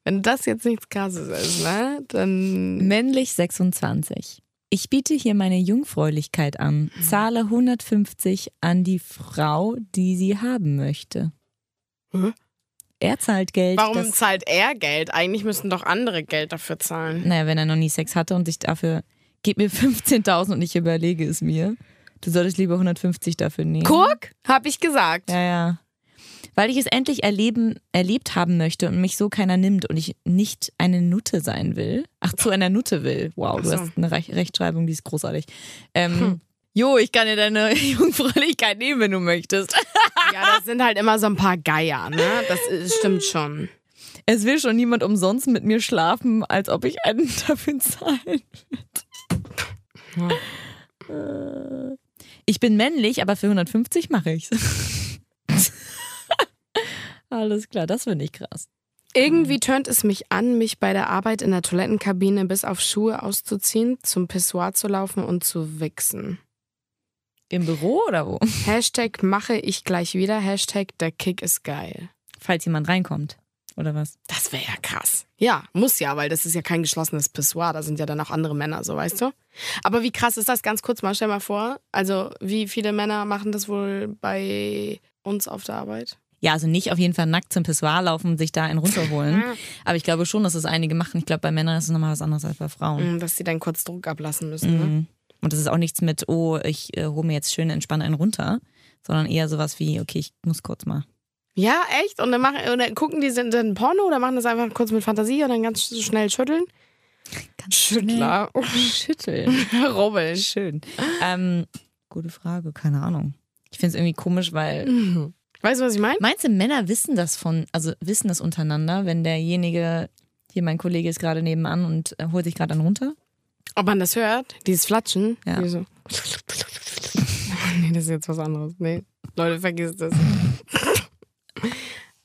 C: Wenn das jetzt nichts Krasses ist, ne, dann...
B: Männlich 26. Ich biete hier meine Jungfräulichkeit an, zahle 150 an die Frau, die sie haben möchte.
C: Hä?
B: Er zahlt Geld.
C: Warum
B: das-
C: zahlt er Geld? Eigentlich müssten doch andere Geld dafür zahlen.
B: Naja, wenn er noch nie Sex hatte und sich dafür, gib mir 15.000 und ich überlege es mir. Du solltest lieber 150 dafür nehmen.
C: Guck, hab ich gesagt.
B: Ja, ja. Weil ich es endlich erleben, erlebt haben möchte und mich so keiner nimmt und ich nicht eine Nutte sein will. Ach, zu einer Nutte will. Wow,
C: Ach so. Hm.
B: du hast eine Reich Rechtschreibung, die ist großartig. Ähm, Jo, ich kann dir deine <laughs> Jungfräulichkeit nehmen, wenn du möchtest.
C: Ja, das sind halt immer so ein paar Geier, ne? Das ist, stimmt schon.
B: Es will schon niemand umsonst mit mir schlafen, als ob ich einen <laughs> dafür zahlen würde. Äh, Ich bin männlich, aber für 150 mache ich's. <laughs> Alles klar, das finde ich krass.
C: Irgendwie tönt es mich an, mich bei der Arbeit in der Toilettenkabine bis auf Schuhe auszuziehen, zum Pissoir zu laufen und zu wichsen.
B: Im Büro oder wo?
C: Hashtag mache ich gleich wieder, Hashtag der Kick ist geil.
B: Falls jemand reinkommt. Oder was?
C: Das wäre ja krass. Ja, muss ja, weil das ist ja kein geschlossenes Pissoir, da sind ja dann auch andere Männer, so weißt du. Aber wie krass ist das? Ganz kurz mal, stell mal vor, also wie viele Männer machen das wohl bei uns auf der Arbeit?
B: Ja, also nicht auf jeden Fall nackt zum Pissoir laufen und sich da einen runterholen. Aber ich glaube schon, dass es einige machen. Ich glaube, bei Männern ist es nochmal was anderes als bei Frauen.
C: Hm, Dass sie dann kurz Druck ablassen müssen, ne?
B: Mhm. Und das ist auch nichts mit, oh, ich äh, hole mir jetzt schön entspannt einen runter, sondern eher sowas wie, okay, ich muss kurz mal.
C: Ja, echt? Und dann, machen, und dann gucken die sind dann Porno oder machen das einfach kurz mit Fantasie und dann ganz sch- schnell schütteln?
B: Ganz schnell
C: <laughs>
B: <laughs> Schütteln.
C: Robin.
B: Schön. Ähm, gute Frage, keine Ahnung. Ich finde es irgendwie komisch, <laughs> weil
C: Weißt du, was ich meine?
B: Meinst du, Männer wissen das von, also wissen das untereinander, wenn derjenige, hier mein Kollege ist gerade nebenan und äh, holt sich gerade einen runter?
C: Ob man das hört, dieses Flatschen.
B: Ja.
C: Wie so. <laughs> nee, das ist jetzt was anderes. Nee, Leute,
B: <laughs>
C: vergiss das.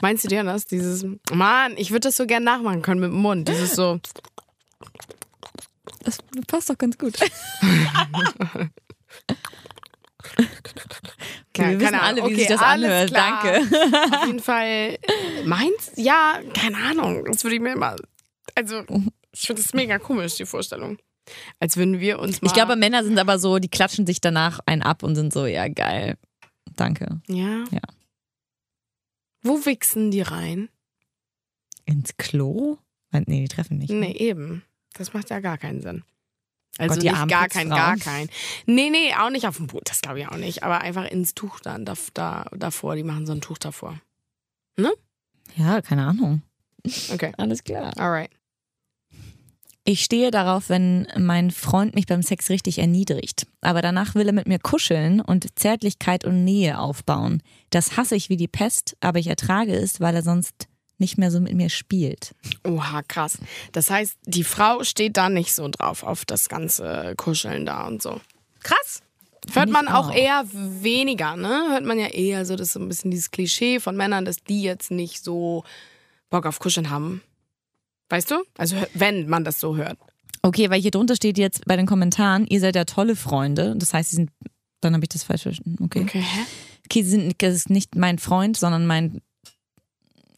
C: Meinst du dir das? Dieses, Mann, ich würde das so gern nachmachen können mit dem Mund. Dieses so,
B: Das passt doch ganz gut. <laughs> Okay,
C: Ja,
B: wir wissen
C: keine
B: alle, wie
C: Ahnung.
B: sich
C: Okay,
B: das
C: alles
B: anhört.
C: klar.
B: Danke.
C: auf jeden Fall, meins? Ja, keine Ahnung. Das würde ich mir immer, also, ich finde das mega komisch, die Vorstellung. Als würden wir uns mal...
B: Ich glaube, Männer sind aber so, die klatschen sich danach einen ab und sind so, ja, geil. Danke.
C: Ja.
B: Ja.
C: Wo wichsen die rein?
B: Ins Klo? Nee, die treffen nicht. ne?
C: Nee, eben. Das macht ja gar keinen Sinn. Also
B: Gott, die
C: nicht gar keinen,
B: Armputzfrauen.
C: gar keinen. Nee, nee, auch nicht auf dem Boot, das glaube ich auch nicht. Aber einfach ins Tuch dann da, da, davor. Die machen so ein Tuch davor.
B: Ja, keine Ahnung.
C: Okay,
B: Alles klar.
C: alright.
B: Ich stehe darauf, wenn mein Freund mich beim Sex richtig erniedrigt. Aber danach will er mit mir kuscheln und Zärtlichkeit und Nähe aufbauen. Das hasse ich wie die Pest, aber ich ertrage es, weil er sonst nicht mehr so mit mir spielt.
C: Oha, krass. Das heißt, die Frau steht da nicht so drauf, auf das ganze Kuscheln da und so. Krass. Hört
B: ich
C: man auch
B: auch.
C: eher weniger, ne? Hört man ja eher so, das ist so ein bisschen dieses Klischee von Männern, dass die jetzt nicht so Bock auf Kuscheln haben. Weißt du? Also, hör- wenn man das so hört.
B: Okay, weil hier drunter steht jetzt bei den Kommentaren, ihr seid ja tolle Freunde. Das heißt, sie sind. Dann habe ich das falsch verstanden. Okay.
C: Okay, hä?
B: Okay, sie sind das ist nicht mein Freund, sondern mein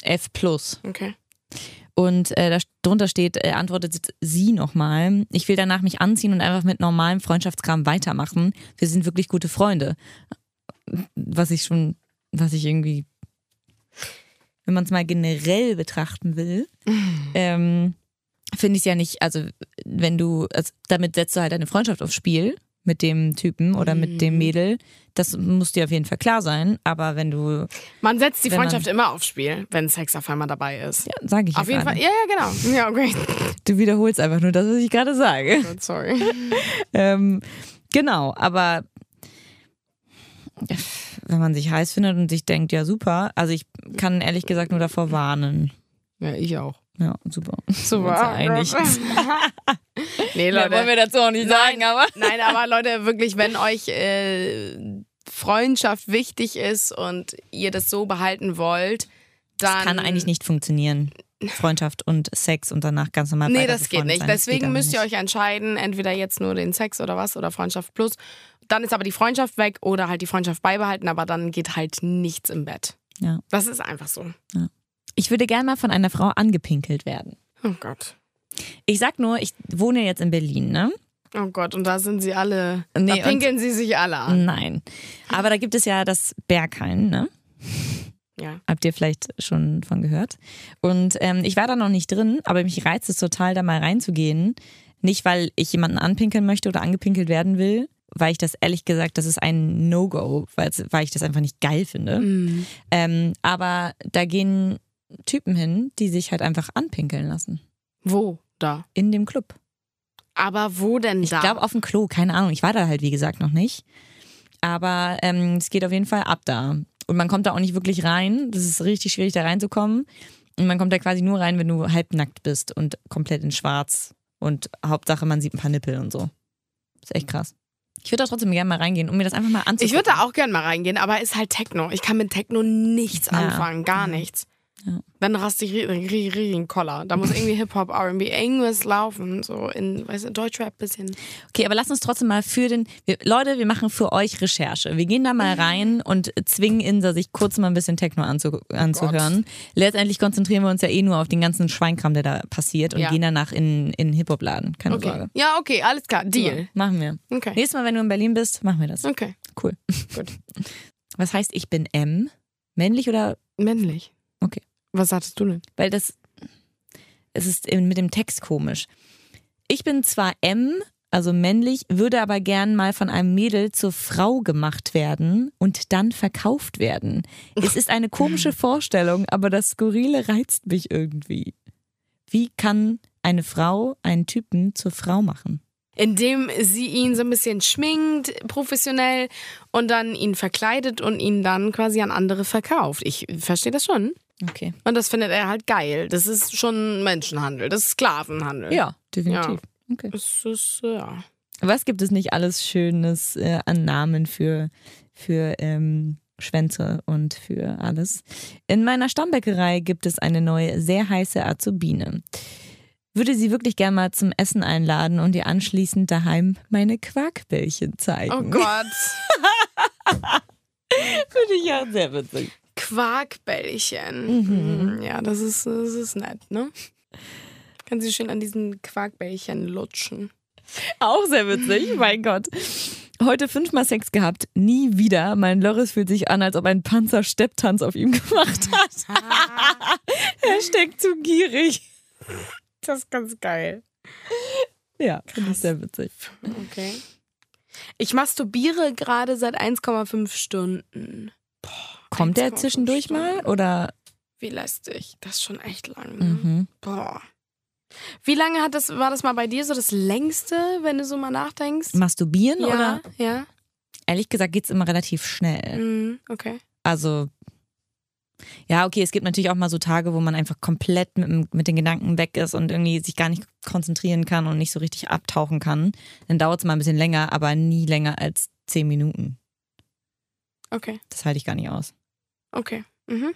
B: F.
C: Okay.
B: Und äh, da st- drunter steht, äh, antwortet sie nochmal, ich will danach mich anziehen und einfach mit normalem Freundschaftskram weitermachen. Wir sind wirklich gute Freunde. Was ich schon, was ich irgendwie, wenn man es mal generell betrachten will,
C: Mhm.
B: ähm, finde ich es ja nicht, also wenn du, also, damit setzt du halt eine Freundschaft aufs Spiel mit dem Typen oder mit
C: Mhm.
B: dem Mädel. Das muss dir auf jeden Fall klar sein, aber wenn du,
C: Man setzt die
B: Wenn man-
C: Freundschaft immer aufs Spiel, wenn Sex auf einmal dabei ist.
B: ja, sage ich
C: auf jeden Fall.
B: gerade.
C: Ja, ja, genau. <laughs> Ja, okay.
B: du wiederholst einfach nur das, was ich gerade sage.
C: <laughs> Sorry.
B: Ähm, genau, aber wenn man sich heiß findet und sich denkt, ja super, also ich kann ehrlich gesagt nur davor warnen.
C: Ja, ich auch.
B: Ja, super.
C: So
B: uns
C: <laughs>
B: einig.
C: nee, Leute.
B: wir dazu auch nicht sagen, aber.
C: Nein, aber Leute, wirklich, wenn euch äh, Freundschaft wichtig ist und ihr das so behalten wollt, dann.
B: Kann eigentlich nicht funktionieren. Freundschaft und Sex und danach ganz normal
C: Nee,
B: weiter
C: das geht
B: befreundet
C: nicht.
B: sein. Das
C: Deswegen
B: geht
C: müsst ihr
B: aber nicht.
C: euch entscheiden, entweder jetzt nur den Sex oder was oder Freundschaft plus. Dann ist aber die Freundschaft weg oder halt die Freundschaft beibehalten, aber dann geht halt nichts im Bett.
B: Ja.
C: Das ist einfach so.
B: Ich würde gerne mal von einer Frau angepinkelt werden.
C: Oh Gott.
B: Ich sag nur, ich wohne jetzt in Berlin, ne?
C: Oh Gott, und da sind sie alle.
B: Nee, und-
C: da pinkeln sie sich alle an.
B: Nein. Aber da gibt es ja das Berghain, ne?
C: Ja.
B: Habt ihr vielleicht schon von gehört. Und ähm, ich war da noch nicht drin, aber mich reizt es total, da mal reinzugehen. Nicht, weil ich jemanden anpinkeln möchte oder angepinkelt werden will, weil ich das ehrlich gesagt, das ist ein No-Go, weil's- weil ich das einfach nicht geil finde.
C: Mhm.
B: Ähm, aber da gehen Typen hin, die sich halt einfach anpinkeln lassen.
C: Wo? Da.
B: In dem Club.
C: Aber wo denn da?
B: Ich glaube auf dem Klo, keine Ahnung. Ich war da halt, wie gesagt, noch nicht. Aber ähm, es geht auf jeden Fall ab da. Und man kommt da auch nicht wirklich rein. Das ist richtig schwierig, da reinzukommen. Und man kommt da quasi nur rein, wenn du halbnackt bist und komplett in schwarz. Und Hauptsache, man sieht ein paar Nippel und so. Ist echt krass. Ich würde da trotzdem gerne mal reingehen, um mir das einfach mal anzugucken.
C: ich würde da auch gern mal reingehen, aber ist halt Techno. Ich kann mit Techno nichts
B: Ja.
C: anfangen, gar nichts. Dann raste ich richtig einen Koller. Da muss irgendwie Hip-Hop, RB, irgendwas laufen. So in, weißt du, Deutschrap bisschen.
B: Okay, aber lasst uns trotzdem mal für den. Wir, Leute, wir machen für euch Recherche. Wir gehen da mal
C: Mhm.
B: rein und zwingen Insa, sich kurz mal ein bisschen Techno
C: Oh
B: anzu, anzuhören. Letztendlich konzentrieren wir uns ja eh nur auf den ganzen Schweinkram, der da passiert und
C: Ja.
B: gehen danach in, in den Hip-Hop-Laden. Keine
C: Okay.
B: Sorge.
C: Ja, okay, alles klar. Deal. Mhm.
B: Machen wir.
C: Okay.
B: Nächstes Mal, wenn du in Berlin bist, machen wir das.
C: Okay.
B: Cool.
C: Gut.
B: Was heißt, ich bin M? Männlich oder.
C: Männlich.
B: Okay.
C: Was sagtest du denn?
B: Weil das. Es ist eben mit dem Text komisch. Ich bin zwar M, also männlich, würde aber gern mal von einem Mädel zur Frau gemacht werden und dann verkauft werden. Es ist eine komische Vorstellung, aber das Skurrile reizt mich irgendwie. Wie kann eine Frau einen Typen zur Frau machen?
C: Indem sie ihn so ein bisschen schminkt, professionell, und dann ihn verkleidet und ihn dann quasi an andere verkauft. Ich verstehe das schon.
B: Okay.
C: Und das findet er halt geil. Das ist schon Menschenhandel. Das ist Sklavenhandel.
B: Ja, definitiv. Okay.
C: Es ist, ja.
B: Was gibt es nicht alles Schönes äh, an Namen für, für ähm, Schwänze und für alles? In meiner Stammbäckerei gibt es eine neue, sehr heiße Azubine. Würde sie wirklich gerne mal zum Essen einladen und ihr anschließend daheim meine Quarkbällchen zeigen.
C: <laughs> Oh Gott.
B: <laughs> Finde ich ja sehr witzig.
C: Quarkbällchen. Mhm. Ja, das ist, das ist nett, ne? Kann sie schön an diesen Quarkbällchen lutschen.
B: Auch sehr witzig, mein Gott. Heute fünfmal Sex gehabt, nie wieder. Mein Loris fühlt sich an, als ob ein Panzer Stepptanz auf ihm gemacht hat. <laughs> Hashtag zu gierig.
C: <laughs> Das ist ganz geil.
B: Ja, finde ich sehr witzig.
C: Okay. Ich masturbiere gerade seit 1,5 Stunden.
B: Kommt der
C: 1,5
B: zwischendurch mal
C: Stunden.
B: oder?
C: Wie lästig. Das ist schon echt lang. Ne?
B: Mhm.
C: Boah. Wie lange hat das, war das mal bei dir so das längste, wenn du so mal nachdenkst?
B: Masturbieren
C: ja,
B: oder?
C: ja.
B: Ehrlich gesagt geht's immer relativ schnell.
C: Mhm, okay.
B: Also, ja, okay, es gibt natürlich auch mal so Tage, wo man einfach komplett mit, dem- mit den Gedanken weg ist und irgendwie sich gar nicht konzentrieren kann und nicht so richtig abtauchen kann. Dann dauert's mal ein bisschen länger, aber nie länger als zehn Minuten.
C: Okay.
B: Das halte ich gar nicht aus.
C: Okay. Mhm.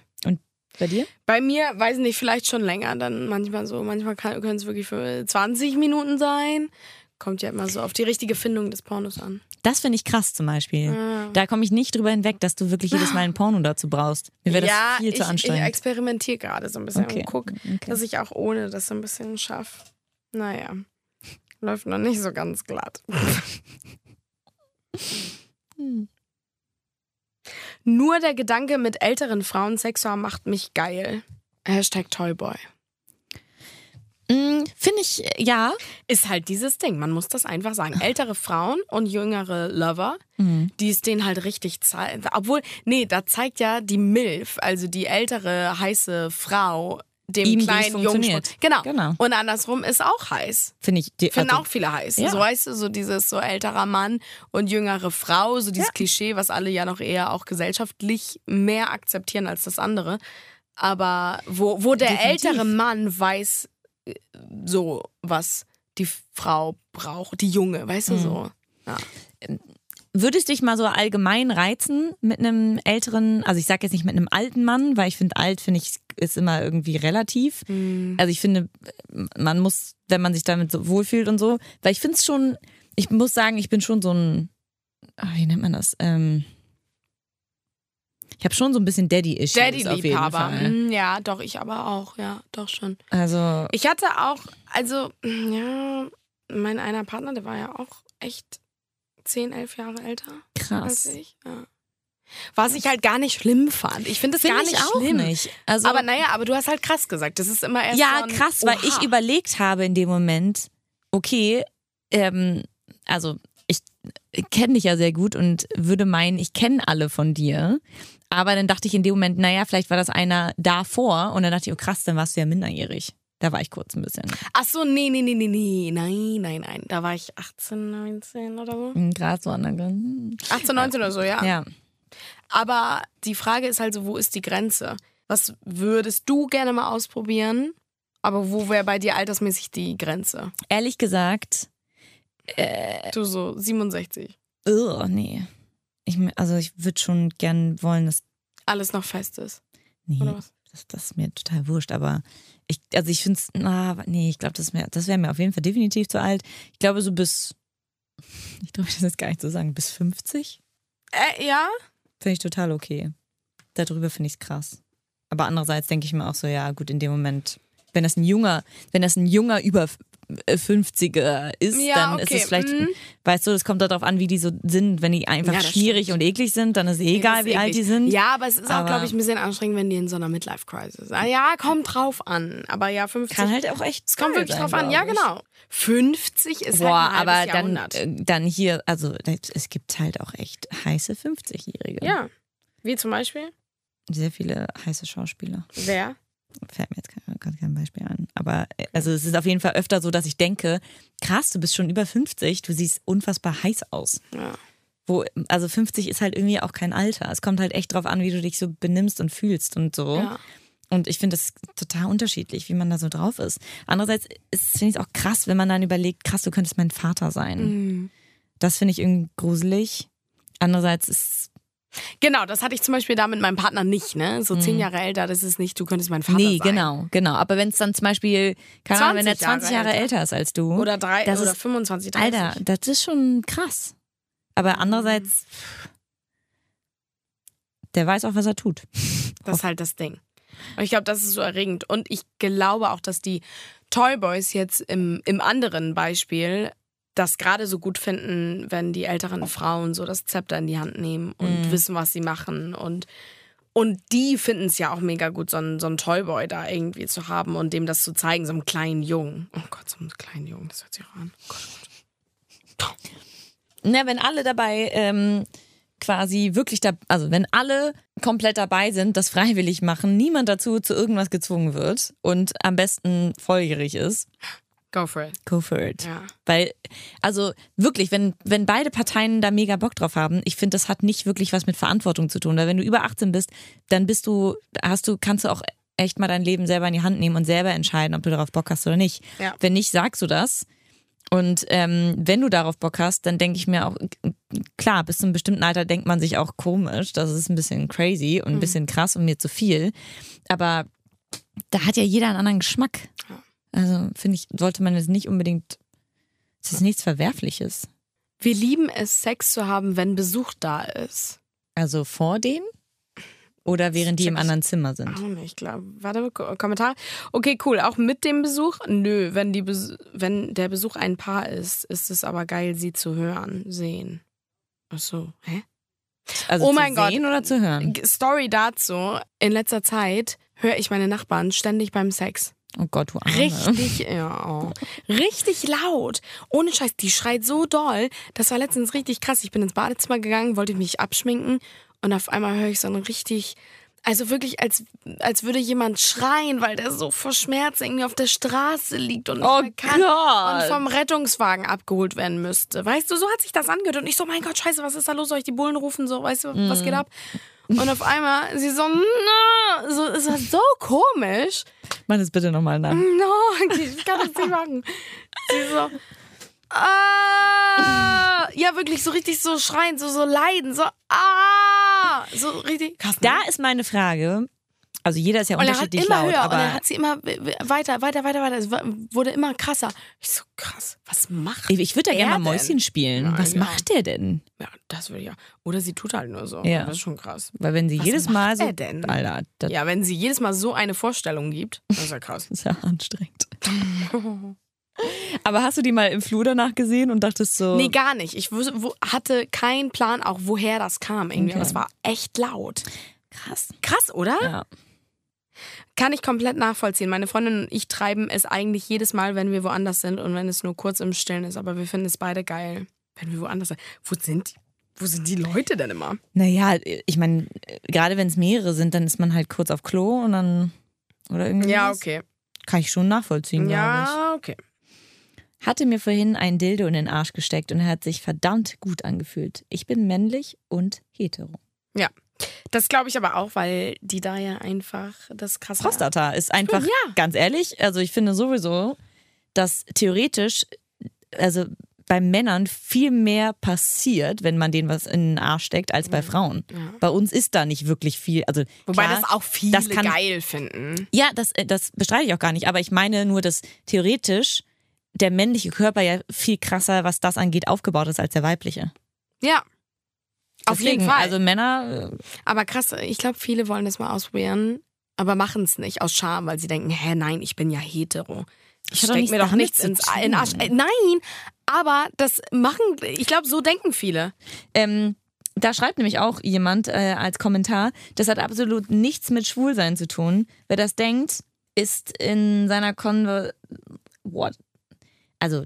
B: Bei dir?
C: Bei mir, weiß nicht, vielleicht schon länger, dann manchmal so, manchmal können es wirklich für 20 Minuten sein. Kommt ja immer so auf die richtige Findung des Pornos an.
B: Das finde ich krass zum Beispiel.
C: Ah.
B: Da komme ich nicht drüber hinweg, dass du wirklich jedes Mal ein Porno dazu brauchst. Mir wäre das
C: ja,
B: viel
C: ich,
B: zu
C: ich
B: anstrengend.
C: experimentiere gerade so ein bisschen
B: Okay.
C: und guck,
B: Okay.
C: dass ich auch ohne das so ein bisschen schaffe. Naja, läuft noch nicht so ganz glatt.
B: Hm.
C: Nur der Gedanke, mit älteren Frauen Sex zu haben, macht mich geil. Hashtag Toyboy.
B: Mm, Finde ich, äh, ja.
C: Ist halt dieses Ding, man muss das einfach sagen. Ältere Frauen und jüngere Lover,
B: Mhm.
C: die es denen halt richtig zeigen. Obwohl, nee, da zeigt ja die MILF, also die ältere heiße Frau, dem
B: Ihm, wie es
C: kleinen Jungen.
B: funktioniert.
C: spricht. Genau.
B: Genau.
C: Und andersrum ist auch heiß.
B: Finde ich. Die,
C: Finden
B: also-
C: auch viele heiß.
B: Ja.
C: So weißt du, so dieses so älterer Mann und jüngere Frau, so dieses Klischee, was alle ja noch eher auch gesellschaftlich mehr akzeptieren als das andere. Aber wo, wo der
B: Definitiv.
C: ältere Mann weiß äh, so, was die Frau braucht, die Junge, weißt
B: Mhm.
C: du so.
B: Würde es dich mal so allgemein reizen mit einem älteren, also ich sage jetzt nicht mit einem alten Mann, weil ich finde, alt finde ich ist immer irgendwie relativ. Also ich finde, man muss, wenn man sich damit so wohlfühlt und so, weil ich finde es schon, ich muss sagen, ich bin schon so ein, ah, wie nennt man das? Ähm, ich habe schon so ein bisschen Daddy-Issues auf jeden
C: Daddy-Liebhaber.
B: Fall.
C: Mm, Ja, doch, ich aber auch, ja, doch schon.
B: Also
C: Ich hatte auch, also, ja, mein einer Partner, der war ja auch echt 10, 11 Jahre älter. als
B: krass.
C: ich. Ja. Was ich halt gar nicht schlimm fand. Ich finde es
B: Finde
C: gar
B: ich
C: nicht
B: auch
C: schlimm.
B: nicht. Also,
C: aber naja, aber du hast halt krass gesagt. Das ist immer erst
B: Ja,
C: so ein,
B: krass, weil
C: Oha.
B: ich überlegt habe in dem Moment, okay, ähm, also ich kenne dich ja sehr gut und würde meinen, ich kenne alle von dir. Aber dann dachte ich in dem Moment, naja, vielleicht war das einer davor und dann dachte ich, oh krass, dann warst du ja minderjährig. Da war ich kurz ein bisschen.
C: Ach so, nee, nee, nee, nee, nee, nein, nein, nein. Da war ich 18, 19 oder so.
B: Gerade so an der Grenze.
C: 18, 19 oder so, ja.
B: Ja.
C: Aber die Frage ist halt so, wo ist die Grenze? Was würdest du gerne mal ausprobieren? Aber wo wäre bei dir altersmäßig die Grenze?
B: Ehrlich gesagt, Äh.
C: Du so 67.
B: ugh, nee. Ich, m- also ich würde schon gern wollen, dass.
C: Alles noch fest ist.
B: Nee,
C: Oder was?
B: das, das ist mir total wurscht, aber ich, also ich finde es, na, nee, ich glaube, das, wär- das wäre mir auf jeden Fall definitiv zu alt. Ich glaube, so bis, <laughs> ich glaube, das ist gar nicht so sagen, bis 50
C: Äh, ja?
B: finde ich total okay. Darüber finde ich es krass. Aber andererseits denke ich mir auch so, ja, gut, in dem Moment, wenn das ein junger, wenn das ein junger über äh, 50er ist,
C: Ja,
B: dann ist
C: okay,
B: es vielleicht,
C: mhm.
B: weißt du, das kommt darauf an, wie die so sind. Wenn die einfach
C: Ja, das
B: schmierig und eklig sind, dann ist eh egal,
C: Das
B: wie
C: ist
B: alt die
C: eklig.
B: sind.
C: Ja, aber es ist auch,
B: Aber-
C: glaube ich, ein bisschen anstrengend, wenn die in so einer Midlife-Crisis sind. Ah, Ja, kommt drauf an. Aber ja, 50.
B: Kann halt auch echt.
C: es kommt
B: geil
C: wirklich
B: sein,
C: drauf an.
B: glaub
C: Ja,
B: ich.
C: genau. 50 ist
B: Boah,
C: halt ein
B: aber
C: halbes
B: dann,
C: Jahrhundert.
B: äh, dann hier, also das- es gibt halt auch echt heiße 50-Jährige.
C: ja. Wie zum Beispiel?
B: Sehr viele heiße Schauspieler.
C: Wer?
B: Fällt mir jetzt ke- gerade kein Beispiel ein. Aber äh, also es ist auf jeden Fall öfter so, dass ich denke, krass, du bist schon über 50, du siehst unfassbar heiß aus.
C: Ja.
B: Wo, also 50 ist halt irgendwie auch kein Alter. Es kommt halt echt drauf an, wie du dich so benimmst und fühlst und so.
C: Ja.
B: Und ich finde das total unterschiedlich, wie man da so drauf ist. Andererseits finde ich es auch krass, wenn man dann überlegt, krass, du könntest mein Vater sein.
C: Mhm.
B: Das finde ich irgendwie gruselig. Andererseits ist
C: Genau, das hatte ich zum Beispiel da mit meinem Partner nicht, ne? So zehn Jahre älter, das ist nicht, du könntest mein Vater
B: Hm. nee,
C: sein.
B: genau, genau. Aber wenn es dann zum Beispiel, keine Ahnung, wenn er 20
C: 20 Jahre
B: Jahre,
C: älter.
B: älter ist als du,
C: Oder drei
B: Das
C: oder
B: ist-
C: 25, 30.
B: Alter, das ist schon krass. Aber andererseits, der weiß auch, was er tut.
C: Das ist halt das Ding. Und ich glaube, das ist so erregend. Und ich glaube auch, dass die Toyboys jetzt im, im anderen Beispiel das gerade so gut finden, wenn die älteren Frauen so das Zepter in die Hand nehmen und wissen, was sie machen. Und, und die finden es ja auch mega gut, so einen, so einen Toyboy da irgendwie zu haben und dem das zu zeigen, so einem kleinen Jungen. Oh Gott, so einem kleinen Jungen, das hört sich auch an. Oh Gott.
B: Na, Ne, wenn alle dabei ähm, quasi wirklich da, also wenn alle komplett dabei sind, das freiwillig machen, niemand dazu zu irgendwas gezwungen wird und am besten volljährig ist,
C: Go for it.
B: go for it.
C: Ja.
B: Weil, also wirklich, wenn, wenn beide Parteien da mega Bock drauf haben, ich finde, das hat nicht wirklich was mit Verantwortung zu tun. Weil wenn du über 18 bist, dann bist du, hast du, kannst du auch echt mal dein Leben selber in die Hand nehmen und selber entscheiden, ob du darauf Bock hast oder nicht.
C: Ja.
B: Wenn nicht, sagst du das. Und ähm, wenn du darauf Bock hast, dann denke ich mir auch, klar, bis zu einem bestimmten Alter denkt man sich auch komisch, das ist ein bisschen crazy
C: Mhm.
B: und ein bisschen krass und mir zu viel. Aber da hat ja jeder einen anderen Geschmack. Also finde ich, sollte man jetzt nicht unbedingt es ist nichts Verwerfliches.
C: Wir lieben es, Sex zu haben, wenn Besuch da ist.
B: Also vor denen oder während die im anderen Zimmer sind.
C: Auch nicht, klar. Warte, Ko- Kommentar. Okay, cool. Auch mit dem Besuch? Nö, wenn, die Bes wenn der Besuch ein Paar ist, ist es aber geil, sie zu hören, sehen. Ach so, hä?
B: Also
C: Oh
B: zu
C: mein Gott.
B: sehen oder zu hören.
C: G- Story dazu. In letzter Zeit höre ich meine Nachbarn ständig beim Sex.
B: Oh Gott, du Arme.
C: Richtig, ja, oh. richtig laut. Ohne Scheiß, die schreit so doll. Das war letztens richtig krass. Ich bin ins Badezimmer gegangen, wollte mich abschminken und auf einmal höre ich so ein richtig, Also wirklich, als, als würde jemand schreien, weil der so vor Schmerz irgendwie auf der Straße liegt und, nicht
B: Oh
C: mehr kann
B: Gott.
C: und vom Rettungswagen abgeholt werden müsste. Weißt du, so hat sich das angehört. Und ich so, mein Gott, scheiße, was ist da los? Soll ich die Bullen rufen? So, weißt du, was
B: Mm.
C: geht ab? Und auf einmal, sie so, na, so, es war so komisch.
B: Mach das bitte nochmal nach.
C: No, ich kann das nicht machen. Sie so, ah, ja, wirklich so richtig so schreien, so, so leiden, so, ah, so richtig. Krass, ne?
B: Da ist meine Frage. Also jeder ist ja
C: Und er hat
B: unterschiedlich
C: immer
B: laut,
C: höher und er
B: aber
C: hat sie immer w- w- weiter, weiter, weiter, weiter. Es wa- wurde immer krasser. Ich so, krass, was macht
B: ich, ich würde da gerne
C: er
B: mal Mäuschen
C: denn?
B: spielen.
C: Ja,
B: Was
C: genau.
B: macht der denn?
C: Ja, das würde ich ja. Oder sie tut halt nur so.
B: Ja.
C: Das ist schon krass.
B: Weil wenn sie
C: Was
B: jedes
C: macht
B: Mal so.
C: er denn?
B: Alter, das
C: Ja, wenn sie jedes Mal so eine Vorstellung gibt, das ist ja krass.
B: ist ja anstrengend. aber hast du die mal im Flur danach gesehen und dachtest <laughs> so.
C: Nee, gar nicht. Ich wus- wo- hatte keinen Plan, auch woher das kam. Irgendwie.
B: Okay.
C: Aber es war echt laut.
B: krass.
C: Krass, oder?
B: Ja.
C: Kann ich komplett nachvollziehen. Meine Freundin und ich treiben es eigentlich jedes Mal, wenn wir woanders sind und wenn es nur kurz im Stillen ist. Aber wir finden es beide geil, wenn wir woanders sind. Wo sind die, wo sind die Leute denn immer?
B: Naja, ich meine, gerade wenn es mehrere sind, dann ist man halt kurz auf Klo und dann. Oder irgendwie.
C: Ja,
B: was.
C: okay.
B: Kann ich schon nachvollziehen, glaube ich.
C: Ja, okay.
B: Hatte mir vorhin ein Dildo in den Arsch gesteckt und er hat sich verdammt gut angefühlt. Ich bin männlich und hetero.
C: Das glaube ich aber auch, weil die da ja einfach das krasse.
B: Prostata ist einfach,
C: Ja.
B: ganz ehrlich, also ich finde sowieso, dass theoretisch, also bei Männern viel mehr passiert, wenn man denen was in den Arsch steckt, als bei Frauen. Bei uns ist da nicht wirklich viel. Also
C: Mhm. Wobei
B: klar,
C: das auch viele
B: das kann-
C: geil finden.
B: Ja, das, äh, das bestreite ich auch gar nicht, aber ich meine nur, dass theoretisch der männliche Körper ja viel krasser, was das angeht, aufgebaut ist als der weibliche.
C: Ja. Auf
B: Deswegen,
C: jeden Fall.
B: Also Männer, äh,
C: aber krass, ich glaube, viele wollen das mal ausprobieren, aber machen es nicht aus Scham, weil sie denken, hä, nein, ich bin ja hetero. Ich
B: hat doch
C: steck
B: nichts
C: mir doch
B: damit
C: nichts
B: zu
C: ins
B: tun.
C: in den Arsch. Äh, Nein, aber das machen, ich glaube, so denken viele.
B: ähm, da schreibt nämlich auch jemand äh, als Kommentar, das hat absolut nichts mit Schwulsein zu tun. Wer das denkt, ist in seiner Konver... What? Also,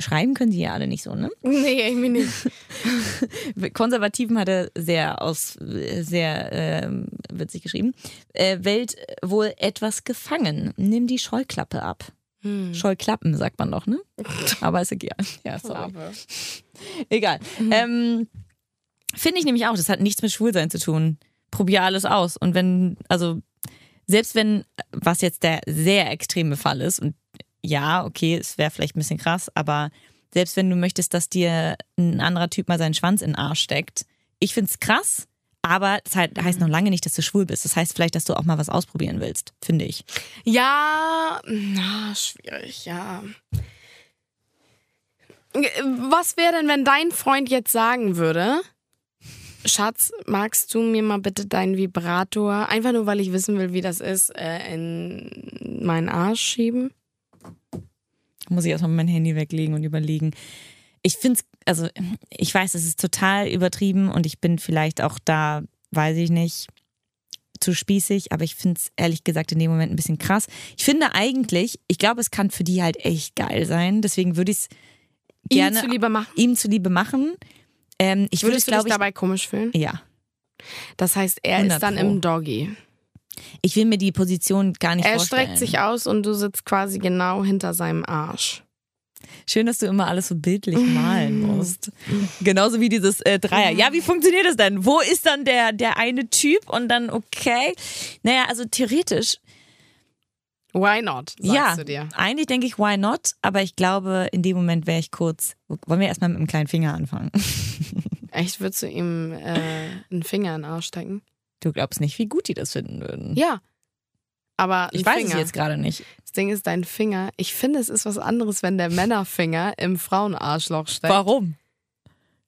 B: schreiben können sie ja alle nicht so, ne?
C: Nee, irgendwie nicht.
B: Konservativen hat er sehr aus sehr ähm, witzig geschrieben. Äh, Welt wohl etwas gefangen. Nimm die Scheuklappe ab.
C: Hm.
B: Scheuklappen sagt man doch, ne? Aber ist egal. Ja, sorry. <laughs> Egal. Ähm, Finde ich nämlich auch. Das hat nichts mit Schwulsein zu tun. Probier alles aus. Und wenn, also, selbst wenn, was jetzt der sehr extreme Fall ist, und ja, okay, es wäre vielleicht ein bisschen krass, aber selbst wenn du möchtest, dass dir ein anderer Typ mal seinen Schwanz in den Arsch steckt, ich find's krass, aber das halt, heißt noch lange nicht, dass du schwul bist. Das heißt vielleicht, dass du auch mal was ausprobieren willst, finde ich.
C: Ja, na, schwierig, ja. Was wäre denn, wenn dein Freund jetzt sagen würde, Schatz, magst du mir mal bitte deinen Vibrator, einfach nur weil ich wissen will, wie das ist, äh, in meinen Arsch schieben?
B: muss ich erstmal mein Handy weglegen und überlegen. Ich finde es, also ich weiß, es ist total übertrieben und ich bin vielleicht auch da, weiß ich nicht, zu spießig, aber ich finde es ehrlich gesagt in dem Moment ein bisschen krass. Ich finde eigentlich, ich glaube, es kann für die halt echt geil sein, deswegen würde ich es
C: Ihm
B: gerne
C: zuliebe machen?
B: ihm zuliebe machen. Ähm, ich würde es,
C: Würdest du dich
B: glaube ich,
C: dabei komisch fühlen?
B: ja.
C: Das heißt, er
B: 100
C: ist dann
B: Pro.
C: im Doggy.
B: Ich will mir die Position gar nicht
C: Er
B: vorstellen.
C: streckt sich aus und du sitzt quasi genau hinter seinem Arsch.
B: Schön, dass du immer alles so bildlich malen musst. Genauso wie dieses äh, Dreier. Ja, wie funktioniert das denn? Wo ist dann der, der eine Typ und dann okay? Naja, also theoretisch,
C: Why not, sagst
B: ja.
C: du dir.
B: Eigentlich denke ich, why not? Aber ich glaube, in dem Moment wäre ich kurz. Wollen wir erstmal mit dem kleinen Finger anfangen?
C: Echt, würdest du ihm äh, einen Finger in den Arsch stecken?
B: Du glaubst nicht, wie gut die das finden würden.
C: Ja. Aber
B: ich
C: ein
B: weiß
C: Finger.
B: es jetzt gerade nicht.
C: Das Ding ist, dein Finger, ich finde, es ist was anderes, wenn der Männerfinger im Frauenarschloch steckt.
B: Warum?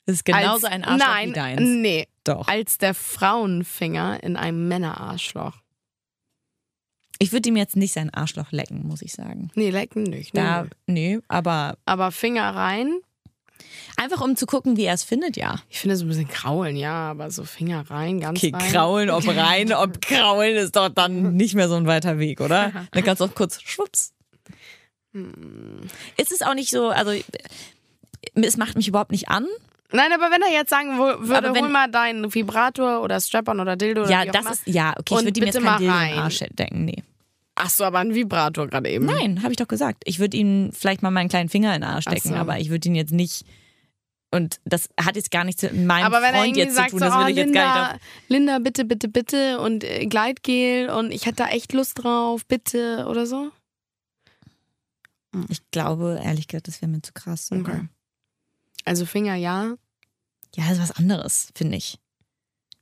B: Das ist genauso
C: Als-
B: ein Arschloch
C: nein,
B: wie deins.
C: Nee,
B: Doch.
C: als der Frauenfinger in einem Männerarschloch.
B: Ich würde ihm jetzt nicht sein Arschloch lecken, muss ich sagen.
C: Nee, lecken nicht.
B: Da,
C: nee.
B: nee, aber
C: Aber Finger rein,
B: einfach um zu gucken, wie er es findet, ja.
C: ich finde so ein bisschen kraulen, ja, aber so Finger rein, ganz
B: Okay,
C: rein.
B: kraulen, <laughs> ob rein, ob kraulen ist doch dann nicht mehr so ein weiter Weg, oder? <laughs> Dann kannst du auch kurz schwupps.
C: Hm.
B: Ist es auch nicht so, also es macht mich überhaupt nicht an,
C: Nein, aber wenn er jetzt sagen wo- würde,
B: Aber wenn-
C: hol mal deinen Vibrator oder Strap-on oder Dildo
B: Ja,
C: oder wie auch
B: das
C: immer.
B: ist, ja, okay, ich
C: Und
B: würde ihm
C: bitte
B: jetzt
C: mal
B: kein Dildo in
C: rein. Mhm.
B: den Arsch denken, nee.
C: Ach so, aber ein Vibrator gerade eben.
B: Nein, habe ich doch gesagt. Ich würde ihm vielleicht mal meinen kleinen Finger in den Arsch
C: Ach
B: stecken,
C: so.
B: aber ich würde ihn jetzt nicht. Und das hat jetzt gar nichts mit meinem
C: aber wenn er
B: Freund
C: irgendwie
B: jetzt
C: sagt,
B: zu tun.
C: so,
B: Das
C: oh,
B: würde ich jetzt gar nicht.
C: Linda, Linda, bitte, bitte, bitte und äh, Gleitgel und ich hätte da echt Lust drauf, bitte oder so.
B: Auf. Ich glaube, ehrlich gesagt, das wäre mir zu krass. sogar.
C: Okay. Also Finger ja.
B: Ja, das ist was anderes, finde ich.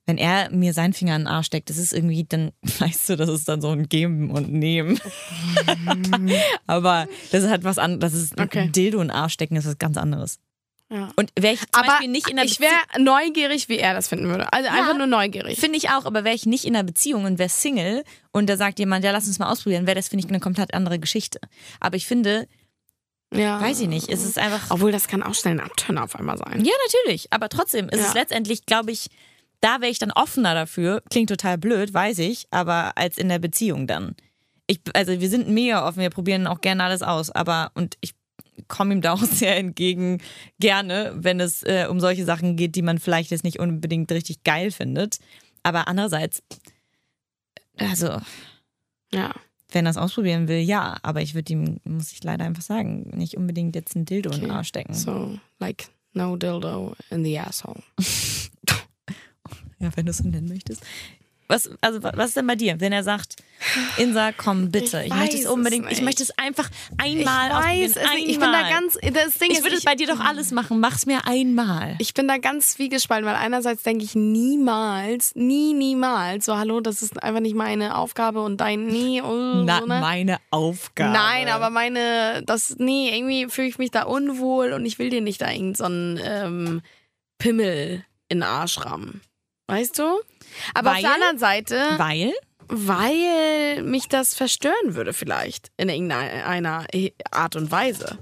B: Wenn er mir seinen Finger in den Arsch steckt, das ist irgendwie, dann <laughs> weißt du, das ist dann so ein Geben und Nehmen. <laughs> Aber das ist halt was anderes. Das ist
C: Mhm. Okay.
B: ein Dildo in den Arsch stecken, ist was ganz anderes.
C: ja.
B: Und wäre ich zum
C: Aber
B: Beispiel nicht in einer
C: ich wäre neugierig, wie er das finden würde. Also einfach nur neugierig.
B: Finde ich auch, aber wäre ich nicht in einer Beziehung und wäre Single und da sagt jemand, ja, lass uns mal ausprobieren, wäre das, finde ich, eine komplett andere Geschichte. Aber ich finde,
C: Ja.
B: weiß ich nicht, es ist einfach.
C: Obwohl, das kann auch schnell ein Abturner auf einmal sein.
B: Ja, natürlich, aber trotzdem ist es
C: Ja.
B: letztendlich, glaube ich, da wäre ich dann offener dafür. Klingt total blöd, weiß ich, aber als in der Beziehung dann. Ich, also wir sind mega offen, wir probieren auch gerne alles aus, aber und ich komme ihm da auch <laughs> sehr entgegen gerne, wenn es äh, um solche Sachen geht, die man vielleicht jetzt nicht unbedingt richtig geil findet. Aber andererseits, also
C: Ja.
B: wenn er es ausprobieren will, ja. Aber ich würde ihm, muss ich leider einfach sagen, nicht unbedingt jetzt ein Dildo in den
C: Okay.
B: Arsch stecken.
C: So, like, no dildo in the asshole.
B: Ja, wenn du es so nennen möchtest. Was, also, wa- was ist denn bei dir, wenn er sagt, Insa, komm bitte, ich,
C: Ich
B: möchte es
C: weiß
B: unbedingt,
C: es
B: ich
C: nicht.
B: möchte es einfach einmal
C: ich weiß,
B: ausprobieren,
C: es nicht.
B: einmal.
C: ich bin da ganz, das Ding
B: ich
C: ist,
B: würde bei dir doch alles machen, mach's mir einmal.
C: Ich bin da ganz zwiegespalten, weil einerseits denke ich niemals, nie, niemals, so hallo, das ist einfach nicht meine Aufgabe und dein nie. Oh, so, ne?
B: meine Aufgabe.
C: Nein, aber meine, das, nee, irgendwie fühle ich mich da unwohl und ich will dir nicht da irgendeinen so einen, ähm, Pimmel in den Arsch rammen. Weißt du? Aber auf
B: Weil?
C: der anderen Seite,
B: Weil?
C: weil mich das verstören würde vielleicht in irgendeiner Art und Weise.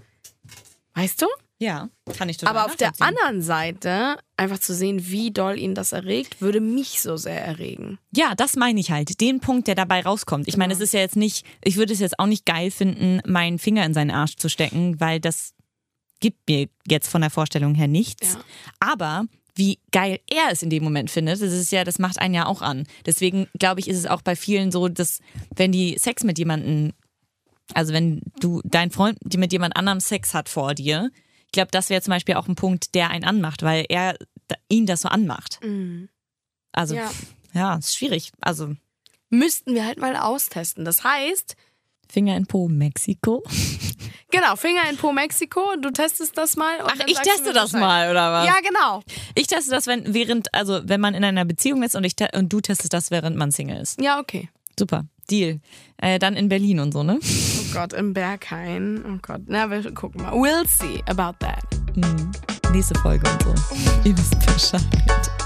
C: Weißt du?
B: Ja, kann ich total
C: Aber auf der
B: nachvollziehen.
C: anderen Seite, einfach zu sehen, wie doll ihn das erregt, würde mich so sehr erregen.
B: Ja, das meine ich halt. Den Punkt, der dabei rauskommt. Ich meine,
C: Genau.
B: es ist ja jetzt nicht, ich würde es jetzt auch nicht geil finden, meinen Finger in seinen Arsch zu stecken, weil das gibt mir jetzt von der Vorstellung her nichts.
C: Ja.
B: Aber wie geil er es in dem Moment findet, das ist ja, das macht einen ja auch an. Deswegen glaube ich, ist es auch bei vielen so, dass wenn die Sex mit jemandem, also wenn du dein Freund die mit jemand anderem Sex hat vor dir, ich glaube, das wäre zum Beispiel auch ein Punkt, der einen anmacht, weil er ihn das so anmacht. Also
C: Mhm. Ja.
B: ja, ist schwierig. Also
C: Müssten wir halt mal austesten. Das heißt,
B: Finger in Po, Mexiko.
C: genau, Finger in Po Mexiko, du testest das mal. Und
B: Ach,
C: dann
B: ich
C: sagst du
B: teste
C: mir
B: das
C: Bescheid.
B: mal, oder was?
C: Ja, genau.
B: Ich teste das, wenn, während, also wenn man in einer Beziehung ist und, ich, te- und du testest das, während man Single ist.
C: Ja, okay.
B: Super. Deal. Äh, dann in Berlin und so, ne?
C: Oh Gott, im Berghain. Oh Gott. Na, wir gucken mal. We'll see about that.
B: Nächste Folge und so. Ihr wisst Bescheid.